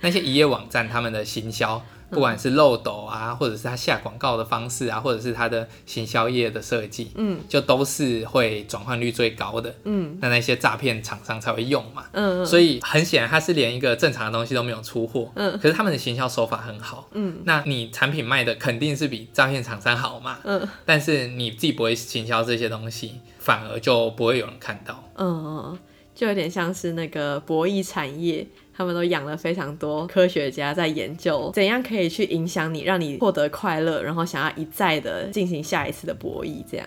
Speaker 3: 那些一页网站他们的行销，
Speaker 1: 嗯
Speaker 3: 不管是漏斗啊，或者是他下广告的方式啊，或者是他的行销页的设计，
Speaker 1: 嗯，
Speaker 3: 就都是会转换率最高的，
Speaker 1: 嗯
Speaker 3: 那那些诈骗厂商才会用嘛。
Speaker 1: 嗯，
Speaker 3: 所
Speaker 1: 以
Speaker 3: 以很显然，它是连一个正常的东西都没有出货，
Speaker 1: 嗯
Speaker 3: 可是他们的行销手法很好，
Speaker 1: 嗯
Speaker 3: 那你产品卖的肯定是比诈骗厂商好嘛，
Speaker 1: 嗯
Speaker 3: 但是你自己不会行销这些东西，反而就不会有人看到。
Speaker 1: 嗯嗯，就有点像是那个博弈产业。他们都养了非常多科学家在研究怎样可以去影响你，让你获得快乐，然后想要一再的进行下一次的博弈，这样。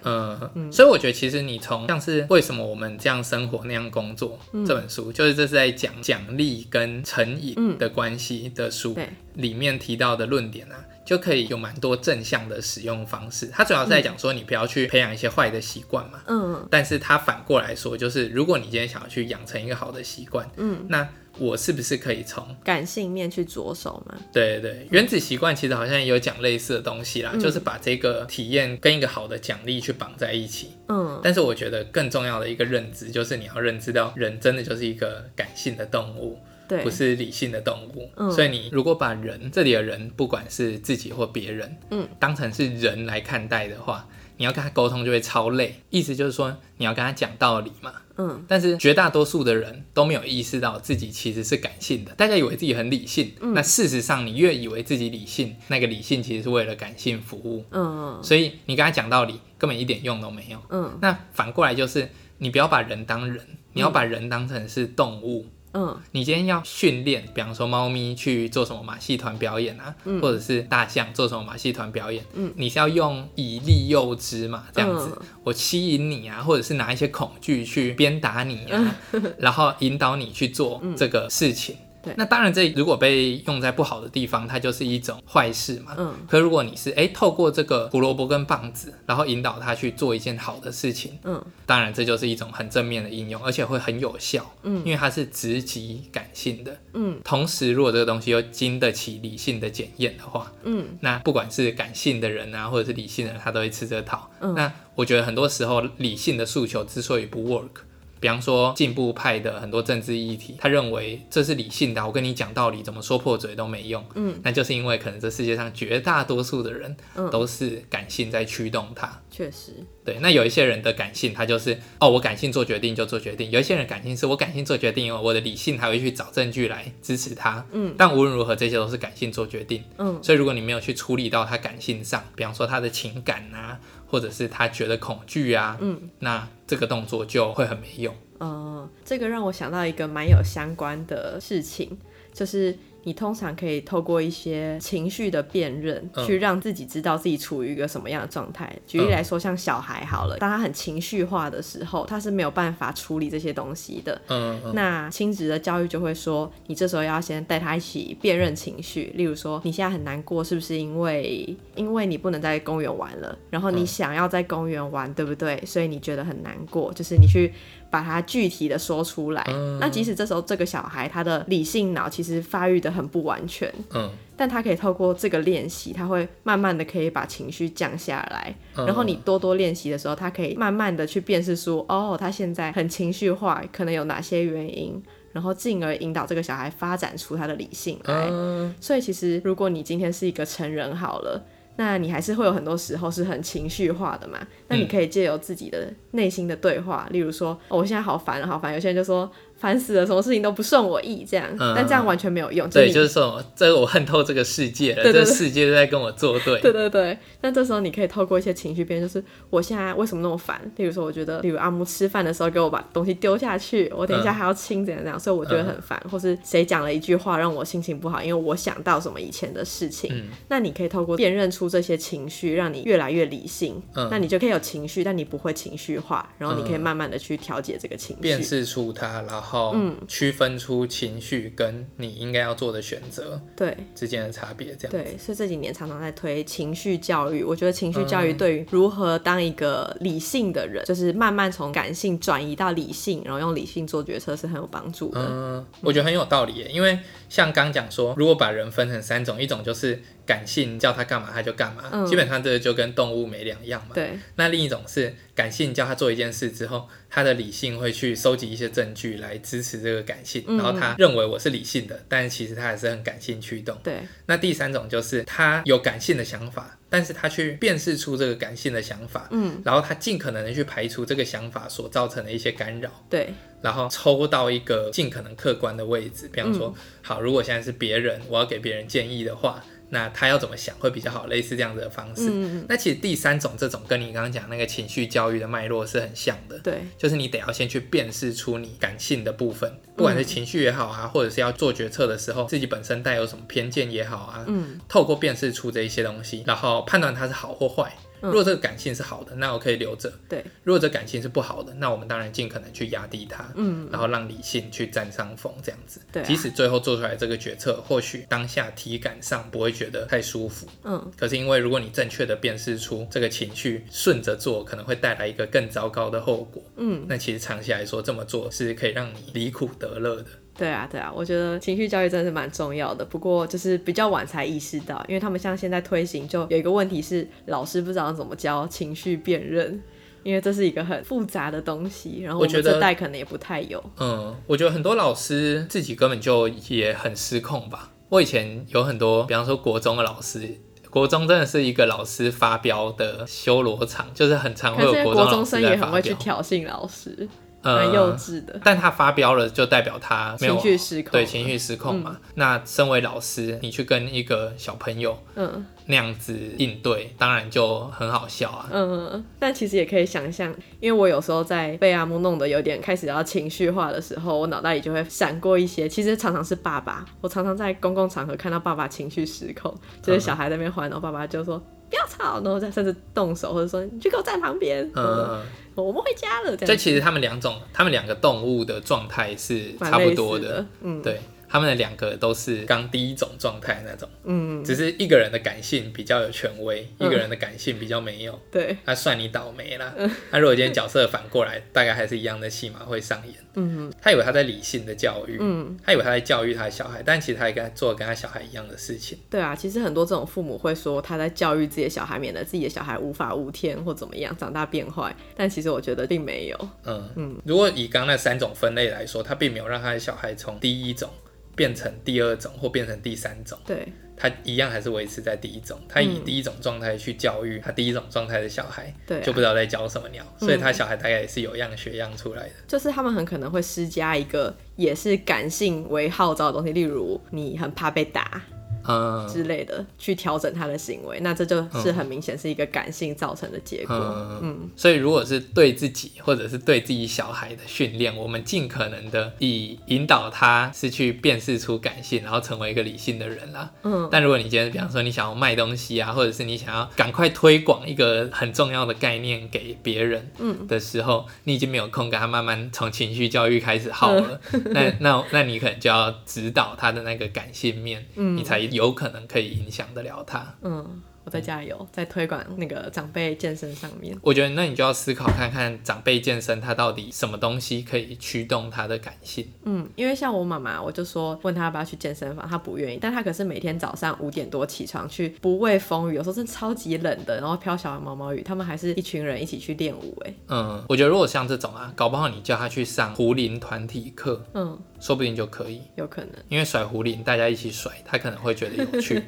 Speaker 3: 嗯，所以我觉得其实你从像是为什么我们这样生活那样工作、
Speaker 1: 嗯
Speaker 3: 这本书，就是这是在讲奖励跟成瘾的关系的书，
Speaker 1: 嗯对
Speaker 3: 里面提到的论点啊，就可以有蛮多正向的使用方式。它主要是在讲说你不要去培养一些坏的习惯嘛，
Speaker 1: 嗯
Speaker 3: 但是它反过来说，就是如果你今天想要去养成一个好的习惯，
Speaker 1: 嗯，
Speaker 3: 那我是不是可以从
Speaker 1: 感性面去着手嘛。
Speaker 3: 对对对原子习惯其实好像也有讲类似的东西啦，
Speaker 1: 嗯
Speaker 3: 就是把这个体验跟一个好的奖励去绑在一起。
Speaker 1: 嗯，
Speaker 3: 但是我觉得更重要的一个认知就是你要认知到人真的就是一个感性的动物，
Speaker 1: 对
Speaker 3: 不是理性的动物。
Speaker 1: 嗯
Speaker 3: 所以你如果把人这里的人，不管是自己或别人，
Speaker 1: 嗯，
Speaker 3: 当成是人来看待的话，你要跟他沟通就会超累。意思就是说，你要跟他讲道理嘛。
Speaker 1: 嗯
Speaker 3: 但是绝大多数的人都没有意识到自己其实是感性的，大家以为自己很理性，那事实上你越以为自己理性，那个理性其实是为了感性服务。
Speaker 1: 嗯
Speaker 3: 所以你跟他讲道理根本一点用都没有。
Speaker 1: 嗯
Speaker 3: 那反过来就是，你不要把人当人，你要把人当成是动物。
Speaker 1: 嗯
Speaker 3: 你今天要训练，比方说猫咪去做什么马戏团表演啊，或者是大象做什么马戏团表演，
Speaker 1: 嗯
Speaker 3: 你是要用以利诱之嘛，这样子，
Speaker 1: 嗯
Speaker 3: 我吸引你啊，或者是拿一些恐惧去鞭打你啊， 然后引导你去做这个事情。
Speaker 1: 嗯对
Speaker 3: 那当然，这如果被用在不好的地方，它就是一种坏事嘛。
Speaker 1: 嗯
Speaker 3: 可如果你是诶透过这个胡萝卜跟棒子，然后引导他去做一件好的事情，
Speaker 1: 嗯
Speaker 3: 当然，这就是一种很正面的应用，而且会很有效，
Speaker 1: 嗯
Speaker 3: 因为它是直击感性的。
Speaker 1: 嗯
Speaker 3: 同时，如果这个东西又经得起理性的检验的话，
Speaker 1: 嗯
Speaker 3: 那不管是感性的人啊，或者是理性的人，他都会吃这套。
Speaker 1: 嗯
Speaker 3: 那我觉得很多时候理性的诉求之所以不 work，比方说进步派的很多政治议题，他认为这是理性的啊，我跟你讲道理，怎么说破嘴都没用。
Speaker 1: 嗯，
Speaker 3: 那就是因为可能这世界上绝大多数的人
Speaker 1: 嗯
Speaker 3: 都是感性在驱动它。
Speaker 1: 确实，
Speaker 3: 对，那有一些人的感性，他就是哦，我感性做决定就做决定；有一些人感性是我感性做决定，哦我的理性还会去找证据来支持他。
Speaker 1: 嗯
Speaker 3: 但无论如何，这些都是感性做决定。
Speaker 1: 嗯
Speaker 3: 所以如果你没有去处理到他感性上，比方说他的情感啊，或者是他觉得恐惧啊，
Speaker 1: 嗯
Speaker 3: 那这个动作就会很没用。
Speaker 1: 呃，这个让我想到一个蛮有相关的事情，就是你通常可以透过一些情绪的辨认，
Speaker 3: 嗯
Speaker 1: 去让自己知道自己处于一个什么样的状态。举例来说，像小孩好了，当他很情绪化的时候，他是没有办法处理这些东西的。
Speaker 3: 嗯嗯
Speaker 1: 那亲职的教育就会说，你这时候要先带他一起辨认情绪，例如说你现在很难过，是不是因为因为你不能在公园玩了，然后你
Speaker 3: 嗯
Speaker 1: 想要在公园玩，对不对？所以你觉得很难过，就是你去把它具体的说出来。
Speaker 3: 嗯
Speaker 1: 那即使这时候这个小孩他的理性脑其实发育的很不完全，
Speaker 3: 嗯
Speaker 1: 但他可以透过这个练习，他会慢慢的可以把情绪降下来。
Speaker 3: 嗯
Speaker 1: 然后你多多练习的时候，他可以慢慢的去辨识出，哦，他现在很情绪化，可能有哪些原因，然后进而引导这个小孩发展出他的理性来。
Speaker 3: 嗯
Speaker 1: 所以其实如果你今天是一个成人好了。那你还是会有很多时候是很情绪化的嘛？那
Speaker 3: 嗯
Speaker 1: 你可以借由自己的内心的对话，例如说、哦，我现在好烦啊，好烦。有些人就说烦死了，什么事情都不顺我意这样，
Speaker 3: 嗯
Speaker 1: 但这样完全没有用。
Speaker 3: 对，
Speaker 1: 你
Speaker 3: 就是说，这个我恨透这个世界了，
Speaker 1: 对对对
Speaker 3: 这世界都在跟我作 对。
Speaker 1: 对对对，那这时候你可以透过一些情绪变，就是我现在为什么那么烦？例如说，我觉得，例如阿木吃饭的时候给我把东西丢下去，我等一下
Speaker 3: 嗯
Speaker 1: 还要清怎样怎样，所以我觉得很烦。或是谁讲了一句话让我心情不好，因为我想到什么以前的事情。
Speaker 3: 嗯
Speaker 1: 那你可以透过辨认出这些情绪，让你越来越理性。
Speaker 3: 嗯
Speaker 1: 那你就可以有情绪，但你不会情绪化，然后你可以
Speaker 3: 嗯
Speaker 1: 慢慢的去嗯调节这个情绪。
Speaker 3: 辨识出它，然后区分出情绪跟你应该要做的选择
Speaker 1: 对。
Speaker 3: 之间的差别，这样。
Speaker 1: 对，所以这几年常常在推情绪教育。我觉得情绪教育
Speaker 3: 嗯
Speaker 1: 对于如何当一个理性的人，就是慢慢从感性转移到理性，然后用理性做决策是很有帮助的。
Speaker 3: 嗯，我觉得很有道理耶，因为像刚讲说，如果把人分成三种，一种就是感性，叫他干嘛他就干嘛，
Speaker 1: 嗯
Speaker 3: 基本上这个就跟动物没两样嘛。
Speaker 1: 对，
Speaker 3: 那另一种是感性叫他做一件事之后，他的理性会去收集一些证据来支持这个感性，
Speaker 1: 嗯
Speaker 3: 然后他认为我是理性的，但其实他还是很感性驱动。
Speaker 1: 对，
Speaker 3: 那第三种就是他有感性的想法，但是他去辨识出这个感性的想法，
Speaker 1: 嗯，
Speaker 3: 然后他尽可能的去排除这个想法所造成的一些干扰，
Speaker 1: 对，
Speaker 3: 然后抽到一个尽可能客观的位置。比方说，
Speaker 1: 嗯
Speaker 3: 好，如果现在是别人，我要给别人建议的话，那他要怎么想会比较好，类似这样子的方式。
Speaker 1: 嗯，
Speaker 3: 那其实第三种这种跟你刚刚讲那个情绪教育的脉络是很像的，
Speaker 1: 对，
Speaker 3: 就是你得要先去辨识出你感性的部分，
Speaker 1: 嗯
Speaker 3: 不管是情绪也好啊，或者是要做决策的时候自己本身带有什么偏见也好啊，
Speaker 1: 嗯，
Speaker 3: 透过辨识出这一些东西，然后判断它是好或坏。
Speaker 1: 嗯
Speaker 3: 如果这个感性是好的，那我可以留着；
Speaker 1: 对，
Speaker 3: 如果这感性是不好的，那我们当然尽可能去压低它，
Speaker 1: 嗯，
Speaker 3: 然后让理性去占上风，这样子。
Speaker 1: 对啊
Speaker 3: 即使最后做出来这个决策，或许当下体感上不会觉得太舒服，
Speaker 1: 嗯，
Speaker 3: 可是因为如果你正确的辨识出这个情绪，顺着做可能会带来一个更糟糕的后果。
Speaker 1: 嗯，
Speaker 3: 那其实长期来说，这么做是可以让你离苦得乐的。
Speaker 1: 对啊，对啊，我觉得情绪教育真的是蛮重要的。不过就是比较晚才意识到，因为他们像现在推行，就有一个问题是老师不知道怎么教情绪辨认。因为这是一个很复杂的东西，然后
Speaker 3: 我
Speaker 1: 我
Speaker 3: 觉
Speaker 1: 们
Speaker 3: 得
Speaker 1: 这代可能也不太有。
Speaker 3: 嗯，我觉得很多老师自己根本就也很失控吧。我以前有很多，比方说国中的老师，国中真的是一个老师发飙的修罗场，就是很常
Speaker 1: 可
Speaker 3: 会
Speaker 1: 是这些
Speaker 3: 有国
Speaker 1: 国
Speaker 3: 中老
Speaker 1: 中
Speaker 3: 师
Speaker 1: 生
Speaker 3: 在
Speaker 1: 也很
Speaker 3: 发
Speaker 1: 会去
Speaker 3: 飙，
Speaker 1: 挑衅老师，蛮
Speaker 3: 嗯，
Speaker 1: 幼稚的。
Speaker 3: 但他发飙了，就代表他没有
Speaker 1: 情绪失控嗯
Speaker 3: 对
Speaker 1: 了
Speaker 3: 情绪失控嘛。那身为老师，你去跟一个小朋友
Speaker 1: 嗯
Speaker 3: 那样子应对，当然就很好笑啊。
Speaker 1: 嗯，但其实也可以想象，因为我有时候在被阿木弄得有点开始要情绪化的时候，我脑袋里就会闪过一些，其实常常是爸爸，我常常在公共场合看到爸爸情绪失控，就是小孩在那边玩，然后爸爸就说。不要吵，然后再甚至动手，或者说你去给我站旁边，嗯，
Speaker 3: 嗯，
Speaker 1: 我们回家了，这
Speaker 3: 这
Speaker 1: 样
Speaker 3: 其实他们两种，他们两个动物的状态是
Speaker 1: 蛮
Speaker 3: 差不
Speaker 1: 类
Speaker 3: 多
Speaker 1: 似
Speaker 3: 的
Speaker 1: 的，，嗯，
Speaker 3: 对，他们的两个都是刚第一种状态那种，
Speaker 1: 嗯，
Speaker 3: 只是一个人的感性比较有权威，
Speaker 1: 嗯
Speaker 3: 一个人的感性比较没有。
Speaker 1: 对，
Speaker 3: 他、算你倒霉啦。
Speaker 1: 嗯
Speaker 3: 他、如果今天角色反过来，大概还是一样的戏码会上演。
Speaker 1: 嗯
Speaker 3: 他以为他在理性的教育，
Speaker 1: 嗯，
Speaker 3: 他以为他在教育他的小孩，但其实他也跟做跟他小孩一样的事情。
Speaker 1: 对啊，其实很多这种父母会说他在教育自己的小孩，免得自己的小孩无法无天或怎么样，长大变坏，但其实我觉得并没有，
Speaker 3: 嗯
Speaker 1: 嗯
Speaker 3: 如果以刚刚那三种分类来说，他并没有让他的小孩从第一种变成第二种或变成第三种。
Speaker 1: 对，
Speaker 3: 他一样还是维持在第一种，他以第一种状态去教育他第一种状态的小孩，
Speaker 1: 嗯对啊
Speaker 3: 就不知道在教什么鸟，
Speaker 1: 嗯
Speaker 3: 所以他小孩大概也是有样学样出来的。
Speaker 1: 就是他们很可能会施加一个也是感性为号召的东西，例如你很怕被打
Speaker 3: 嗯
Speaker 1: 之类的，去调整他的行为。那这就是很明显是一个感性造成的结果。
Speaker 3: 嗯
Speaker 1: 嗯
Speaker 3: 所以如果是对自己或者是对自己小孩的训练，我们尽可能的以引导他是去辨识出感性，然后成为一个理性的人啦。
Speaker 1: 嗯，
Speaker 3: 但如果你今天，比方说你想要卖东西啊，或者是你想要赶快推广一个很重要的概念给别人，
Speaker 1: 嗯
Speaker 3: 的时候，你已经没有空跟他慢慢从情绪教育开始耗了。
Speaker 1: 嗯
Speaker 3: 那那那你可能就要指导他的那个感性面，
Speaker 1: 嗯
Speaker 3: 你才有可能可以影响得了他。
Speaker 1: 嗯，我在加油，在推广那个长辈健身上面。
Speaker 3: 我觉得那你就要思考看看长辈健身他到底什么东西可以驱动他的感性。
Speaker 1: 嗯，因为像我妈妈，我就说问她要不要去健身房，她不愿意，但她可是每天早上五点多起床去，不畏风雨，有时候真的超级冷的，然后飘小毛毛雨，他们还是一群人一起去练舞、欸，哎，
Speaker 3: 嗯，我觉得如果像这种啊，搞不好你叫他去上壶铃团体课，
Speaker 1: 嗯，
Speaker 3: 说不定就可以。
Speaker 1: 有可能。
Speaker 3: 因为甩壶铃，大家一起甩，他可能会觉得有趣。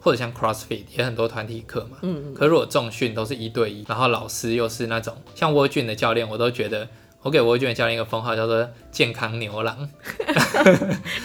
Speaker 3: 或者像 CrossFit 也很多团体课嘛。嗯可是如果重训都是一对一，然后老师又是那种像沃俊的教练，我都觉得我给沃俊的教练一个封号叫做“健康牛郎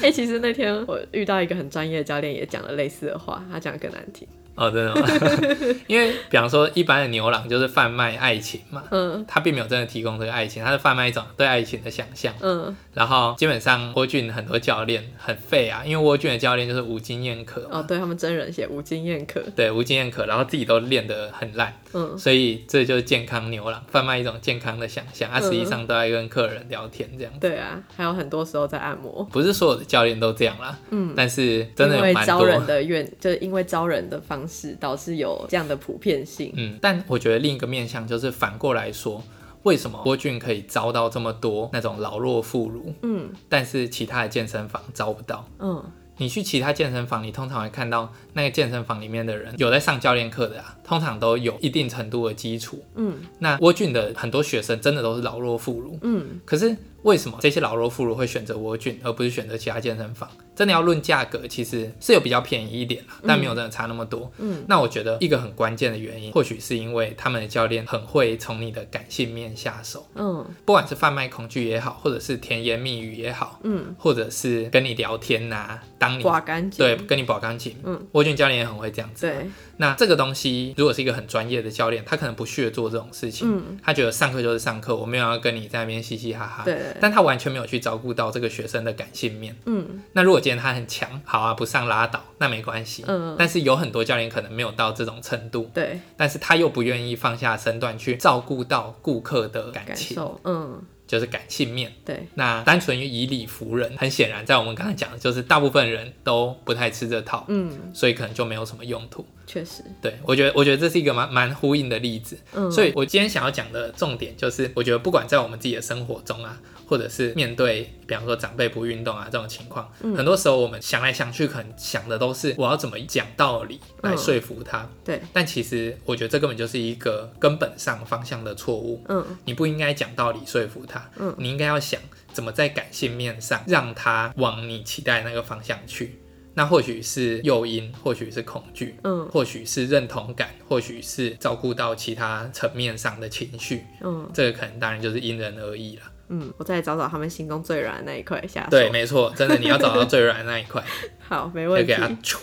Speaker 1: 哎、其实那天我遇到一个很专业的教练，也讲了类似的话，他讲得更难听。”。
Speaker 3: 哦，真的吗？ 因为比方说一般的牛郎就是贩卖爱情嘛，
Speaker 1: 嗯
Speaker 3: 他并没有真的提供这个爱情，他是贩卖一种对爱情的想象。
Speaker 1: 嗯，
Speaker 3: 然后基本上沃俊很多教练很废啊，因为沃俊的教练就是无经验可嘛。
Speaker 1: 哦，对他们真人写无经验课，
Speaker 3: 对，无经验可，然后自己都练得很烂，
Speaker 1: 嗯
Speaker 3: 所以这就是健康牛郎，贩卖一种健康的想象，他、啊、
Speaker 1: 嗯
Speaker 3: 实际上都在跟客人聊天这样。
Speaker 1: 对啊，还有很多时候在按摩，
Speaker 3: 不是所有的教练都这样啦，
Speaker 1: 嗯，
Speaker 3: 但是真的
Speaker 1: 因
Speaker 3: 有
Speaker 1: 为
Speaker 3: 蛮
Speaker 1: 招人
Speaker 3: 多。
Speaker 1: 的愿，就是因为招人的方式，导致有这样的普遍性。
Speaker 3: 嗯，但我觉得另一个面向就是反过来说，为什么郭俊可以招到这么多那种老弱妇孺，
Speaker 1: 嗯
Speaker 3: 但是其他的健身房招不到？
Speaker 1: 嗯
Speaker 3: 你去其他健身房，你通常会看到那个健身房里面的人有在上教练课的啊，通常都有一定程度的基础。
Speaker 1: 嗯
Speaker 3: 那沃俊的很多学生真的都是老弱妇孺，
Speaker 1: 嗯，
Speaker 3: 可是为什么这些老弱妇孺会选择沃郡，而不是选择其他健身房？真的要论价格，其实是有比较便宜一点啦，但没有真的差那么多。
Speaker 1: 嗯，
Speaker 3: 那我觉得一个很关键的原因，或许是因为他们的教练很会从你的感性面下手，
Speaker 1: 嗯
Speaker 3: 不管是贩卖恐惧也好，或者是甜言蜜语也好，
Speaker 1: 嗯，
Speaker 3: 或者是跟你聊天呐、当你
Speaker 1: 刮干净。
Speaker 3: 嗯对跟你保钢琴，
Speaker 1: 嗯，
Speaker 3: 沃郡教练也很会这样子。
Speaker 1: 对，
Speaker 3: 那这个东西，如果是一个很专业的教练，他可能不屑做这种事情，
Speaker 1: 嗯
Speaker 3: 他觉得上课就是上课，我没有要跟你在那边嘻嘻哈哈。
Speaker 1: 对
Speaker 3: 但他完全没有去照顾到这个学生的感性面。
Speaker 1: 嗯
Speaker 3: 那如果今天他很强，好啊，不上拉倒，那没关系。
Speaker 1: 嗯
Speaker 3: 但是有很多教练可能没有到这种程度，
Speaker 1: 对，
Speaker 3: 但是他又不愿意放下身段去照顾到顾客的感
Speaker 1: 感
Speaker 3: 情，
Speaker 1: 受，嗯
Speaker 3: 就是感性面。
Speaker 1: 对，
Speaker 3: 那单纯以理服人，很显然，在我们刚才讲的，就是大部分人都不太吃这套，
Speaker 1: 嗯
Speaker 3: 所以可能就没有什么用途。
Speaker 1: 确实，
Speaker 3: 对，我觉得我觉得这是一个蛮蛮呼应的例子。
Speaker 1: 嗯
Speaker 3: 所以我今天想要讲的重点就是，我觉得不管在我们自己的生活中啊，或者是面对比方说长辈不运动啊这种情况，
Speaker 1: 嗯
Speaker 3: 很多时候我们想来想去，可能想的都是我要怎么讲道理来
Speaker 1: 嗯
Speaker 3: 说服他。
Speaker 1: 对，
Speaker 3: 但其实我觉得这根本就是一个根本上方向的错误。
Speaker 1: 嗯
Speaker 3: 你不应该讲道理说服他，
Speaker 1: 嗯
Speaker 3: 你应该要想怎么在感性面上让他往你期待的那个方向去。那或许是诱因，或许是恐惧，
Speaker 1: 嗯
Speaker 3: 或许是认同感，或许是照顾到其他层面上的情绪，
Speaker 1: 嗯
Speaker 3: 这个可能当然就是因人而异了。
Speaker 1: 嗯，我再找找他们心中最软的那一块下手。
Speaker 3: 对，，没错，真的你要找到最软的那一 块，
Speaker 1: 好，没
Speaker 3: 就
Speaker 1: 问
Speaker 3: 给
Speaker 1: 题。
Speaker 3: 它啾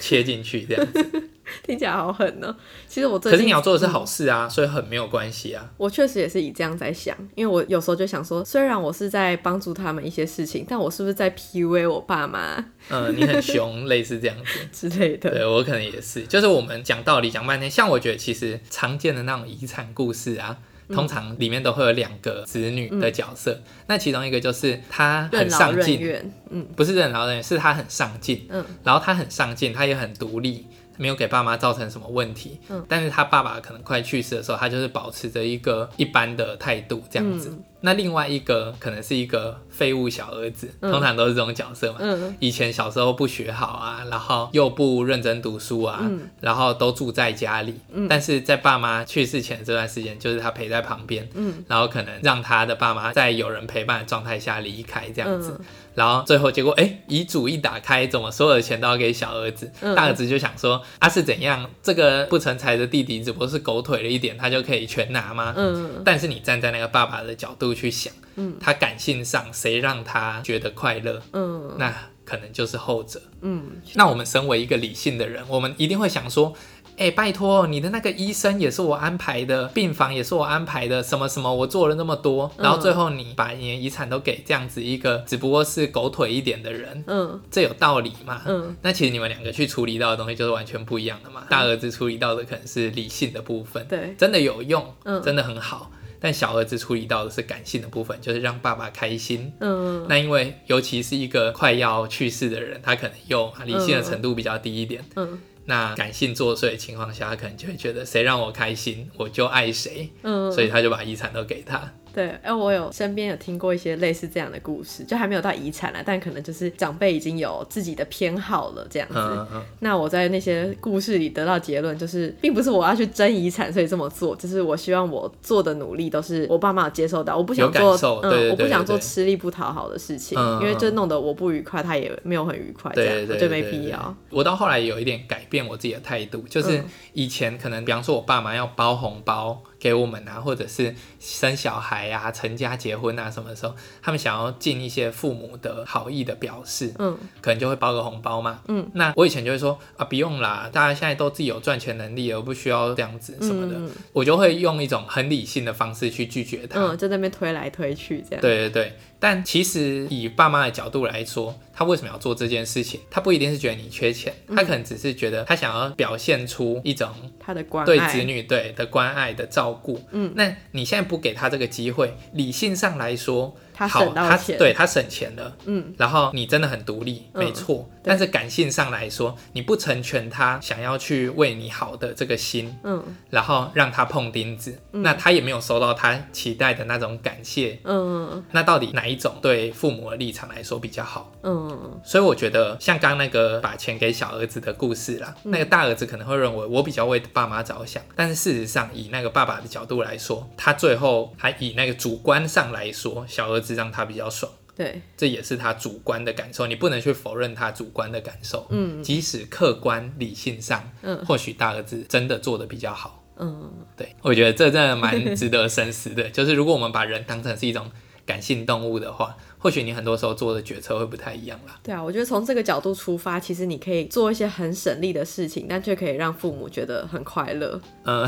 Speaker 3: 切进去这样子。
Speaker 1: 听起来好狠哦、其实我最
Speaker 3: 可
Speaker 1: 近嗯
Speaker 3: 是你要做的是好事啊，所以很没有关系啊。
Speaker 1: 我确实也是以这样在想，因为我有时候就想说，虽然我是在帮助他们一些事情，但我是不是在 PUA 我爸妈
Speaker 3: 嗯，你很凶，类似这样子。
Speaker 1: 之类的？
Speaker 3: 对我可能也是，就是我们讲道理讲半天，像我觉得其实常见的那种遗产故事啊，
Speaker 1: 嗯
Speaker 3: 通常里面都会有两个子女的角色，那其中一个就是他
Speaker 1: 任
Speaker 3: 很
Speaker 1: 劳
Speaker 3: 上
Speaker 1: 任
Speaker 3: 进，
Speaker 1: 怨，嗯
Speaker 3: 不是任劳任怨，是他很上进，
Speaker 1: 嗯
Speaker 3: 然后他很上进，他也很独立。没有给爸妈造成什么问题，
Speaker 1: 嗯
Speaker 3: 但是他爸爸可能快去世的时候，他就是保持着一个一般的态度这样
Speaker 1: 嗯
Speaker 3: 子。那另外一个可能是一个废物小儿子，
Speaker 1: 嗯
Speaker 3: 通常都是这种角色嘛，
Speaker 1: 嗯
Speaker 3: 以前小时候不学好啊，然后又不认真读书啊，
Speaker 1: 嗯
Speaker 3: 然后都住在家里。
Speaker 1: 嗯
Speaker 3: 但是在爸妈去世前这段时间，就是他陪在旁边，
Speaker 1: 嗯
Speaker 3: 然后可能让他的爸妈在有人陪伴的状态下离开这样子。
Speaker 1: 嗯
Speaker 3: 然后最后结果，哎，遗嘱一打开，怎么所有的钱都要给小儿子？
Speaker 1: 嗯
Speaker 3: 大儿子就想说，啊是怎样？这个不成才的弟弟只不过是狗腿了一点，他就可以全拿吗？
Speaker 1: 嗯
Speaker 3: 但是你站在那个爸爸的角度去想，
Speaker 1: 嗯
Speaker 3: 他感性上谁让他觉得快乐？
Speaker 1: 嗯
Speaker 3: 那可能就是后者。
Speaker 1: 嗯，
Speaker 3: 那我们身为一个理性的人，我们一定会想说，哎、拜托，你的那个医生也是我安排的，病房也是我安排的，什么什么，我做了那么多，
Speaker 1: 嗯
Speaker 3: 然后最后你把你的遗产都给这样子一个只不过是狗腿一点的人，
Speaker 1: 嗯
Speaker 3: 这有道理吗？
Speaker 1: 嗯
Speaker 3: 那其实你们两个去处理到的东西就是完全不一样的嘛。大儿子处理到的可能是理性的部分，
Speaker 1: 对，
Speaker 3: 真的有用，
Speaker 1: 嗯
Speaker 3: 真的很好。但小儿子处理到的是感性的部分，就是让爸爸开心，
Speaker 1: 嗯
Speaker 3: 那因为尤其是一个快要去世的人，他可能又理性的程度比较低一点，
Speaker 1: 嗯
Speaker 3: 那感性作祟的情况下，他可能就会觉得谁让我开心，我就爱谁，
Speaker 1: 嗯，
Speaker 3: 所以他就把遗产都给他。
Speaker 1: 对，哎，我有身边有听过一些类似这样的故事，就还没有到遗产啦，但可能就是长辈已经有自己的偏好了这样子。
Speaker 3: 嗯嗯
Speaker 1: 那我在那些故事里得到结论，就是并不是我要去争遗产，所以这么做，就是我希望我做的努力都是我爸妈有接受到，我不想
Speaker 3: 有
Speaker 1: 做
Speaker 3: 感受，
Speaker 1: 嗯，
Speaker 3: 对对对
Speaker 1: 我不想做
Speaker 3: 对对
Speaker 1: 吃力不讨好的事情，
Speaker 3: 嗯
Speaker 1: 因为就弄得我不愉快，他也没有很愉快，这样
Speaker 3: 对对
Speaker 1: 我
Speaker 3: 对，
Speaker 1: 觉得没
Speaker 3: 对
Speaker 1: 必。
Speaker 3: 对
Speaker 1: 要。
Speaker 3: 我到后来有一点改变我自己的态度，就是
Speaker 1: 嗯
Speaker 3: 以前可能，比方说我爸妈要包红包给我们啊，或者是生小孩啊、成家结婚啊什么的时候，他们想要尽一些父母的好意的表示，
Speaker 1: 嗯
Speaker 3: 可能就会包个红包嘛。
Speaker 1: 嗯，
Speaker 3: 那我以前就会说啊，不用啦，大家现在都自己有赚钱能力了，不需要这样子什么的，
Speaker 1: 嗯嗯
Speaker 3: 我就会用一种很理性的方式去拒绝他。
Speaker 1: 嗯，就在那边推来推去这样。
Speaker 3: 对对对，但其实以爸妈的角度来说，他为什么要做这件事情？他不一定是觉得你缺钱，他
Speaker 1: 嗯
Speaker 3: 可能只是觉得他想要表现出一种
Speaker 1: 他的关爱，
Speaker 3: 对子女对的关爱的照顾。
Speaker 1: 嗯，
Speaker 3: 那你现在不给他这个机会，理性上来说，
Speaker 1: 他
Speaker 3: 好，
Speaker 1: 省到
Speaker 3: 他
Speaker 1: 钱
Speaker 3: 对他省钱了，
Speaker 1: 嗯
Speaker 3: 然后你真的很独立，
Speaker 1: 嗯
Speaker 3: 没错。
Speaker 1: 对
Speaker 3: 但是感性上来说，你不成全他想要去为你好的这个心，
Speaker 1: 嗯
Speaker 3: 然后让他碰钉子，那他也没有收到他期待的那种感谢。
Speaker 1: 嗯
Speaker 3: 那到底哪一种对父母的立场来说比较好？
Speaker 1: 嗯
Speaker 3: 所以我觉得像刚那个把钱给小儿子的故事啦，
Speaker 1: 嗯
Speaker 3: 那个大儿子可能会认为我比较为爸妈着想，但是事实上以那个爸爸的角度来说，他最后还以那个主观上来说，小儿子让他比较爽。
Speaker 1: 对，
Speaker 3: 这也是他主观的感受，你不能去否认他主观的感受。
Speaker 1: 嗯
Speaker 3: 即使客观理性上，
Speaker 1: 嗯
Speaker 3: 或许大儿子真的做的比较好。
Speaker 1: 嗯
Speaker 3: 对我觉得这真的蛮值得深思的， 就是如果我们把人当成是一种感性动物的话，或许你很多时候做的决策会不太一样啦。
Speaker 1: 对啊，我觉得从这个角度出发，其实你可以做一些很省力的事情，但却可以让父母觉得很快乐。
Speaker 3: 嗯，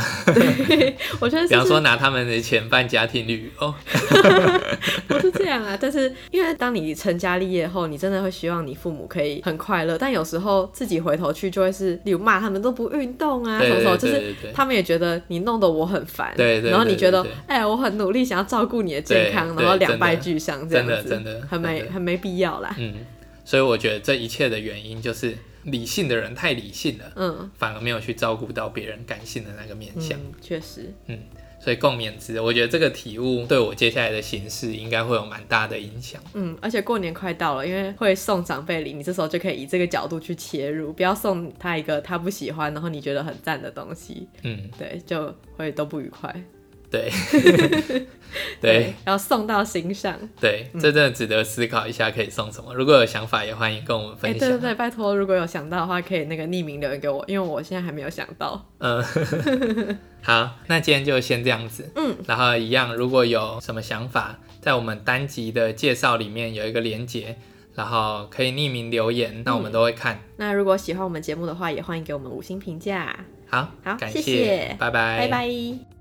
Speaker 1: 我觉得
Speaker 3: 比方
Speaker 1: 是
Speaker 3: 说拿他们的钱办家庭旅 游，
Speaker 1: 啊不是这样啊？但是因为当你成家立业后，你真的会希望你父母可以很快乐，但有时候自己回头去就会是，例如骂他们都不运动啊，
Speaker 3: 对
Speaker 1: 什么
Speaker 3: 对
Speaker 1: 什么，就
Speaker 3: 对
Speaker 1: 是
Speaker 3: 对对
Speaker 1: 他们也觉得你弄得我很烦，
Speaker 3: 对对
Speaker 1: 然后你
Speaker 3: 对
Speaker 1: 觉得
Speaker 3: 对对
Speaker 1: 哎、我很努力想要照顾你的健
Speaker 3: 对
Speaker 1: 康，
Speaker 3: 对
Speaker 1: 然后两
Speaker 3: 真的
Speaker 1: 败俱伤这样
Speaker 3: 真的
Speaker 1: 子，
Speaker 3: 真的
Speaker 1: 很
Speaker 3: 真
Speaker 1: 没
Speaker 3: 的
Speaker 1: 很没必要啦。
Speaker 3: 嗯，所以我觉得这一切的原因就是理性的人太理性了，
Speaker 1: 嗯
Speaker 3: 反而没有去照顾到别人感性的那个面向。
Speaker 1: 嗯，确实，
Speaker 3: 嗯，所以共勉之，我觉得这个体悟对我接下来的形式应该会有蛮大的影响。
Speaker 1: 嗯，而且过年快到了，因为会送长辈礼，你这时候就可以以这个角度去切入，不要送他一个他不喜欢，然后你觉得很赞的东西，
Speaker 3: 嗯，
Speaker 1: 对，就会都不愉快。
Speaker 3: 对，对，
Speaker 1: 要送到心上。
Speaker 3: 对，
Speaker 1: 嗯
Speaker 3: 这真的值得思考一下，可以送什么？如果有想法，也欢迎跟我们
Speaker 1: 哎、
Speaker 3: 分
Speaker 1: 对
Speaker 3: 享。
Speaker 1: 对对，拜托，如果有想到的话，可以那个匿名留言给我，因为我现在还没有想到。
Speaker 3: 嗯， 好，那今天就先这样子。
Speaker 1: 嗯，
Speaker 3: 然后一样，如果有什么想法，在我们单集的介绍里面有一个连结，然后可以匿名留言，那我们都会看。
Speaker 1: 那如果喜欢我们节目的话，也欢迎给我们五星评价。
Speaker 3: 好，
Speaker 1: 好
Speaker 3: 感
Speaker 1: 谢谢
Speaker 3: 拜拜，
Speaker 1: 拜拜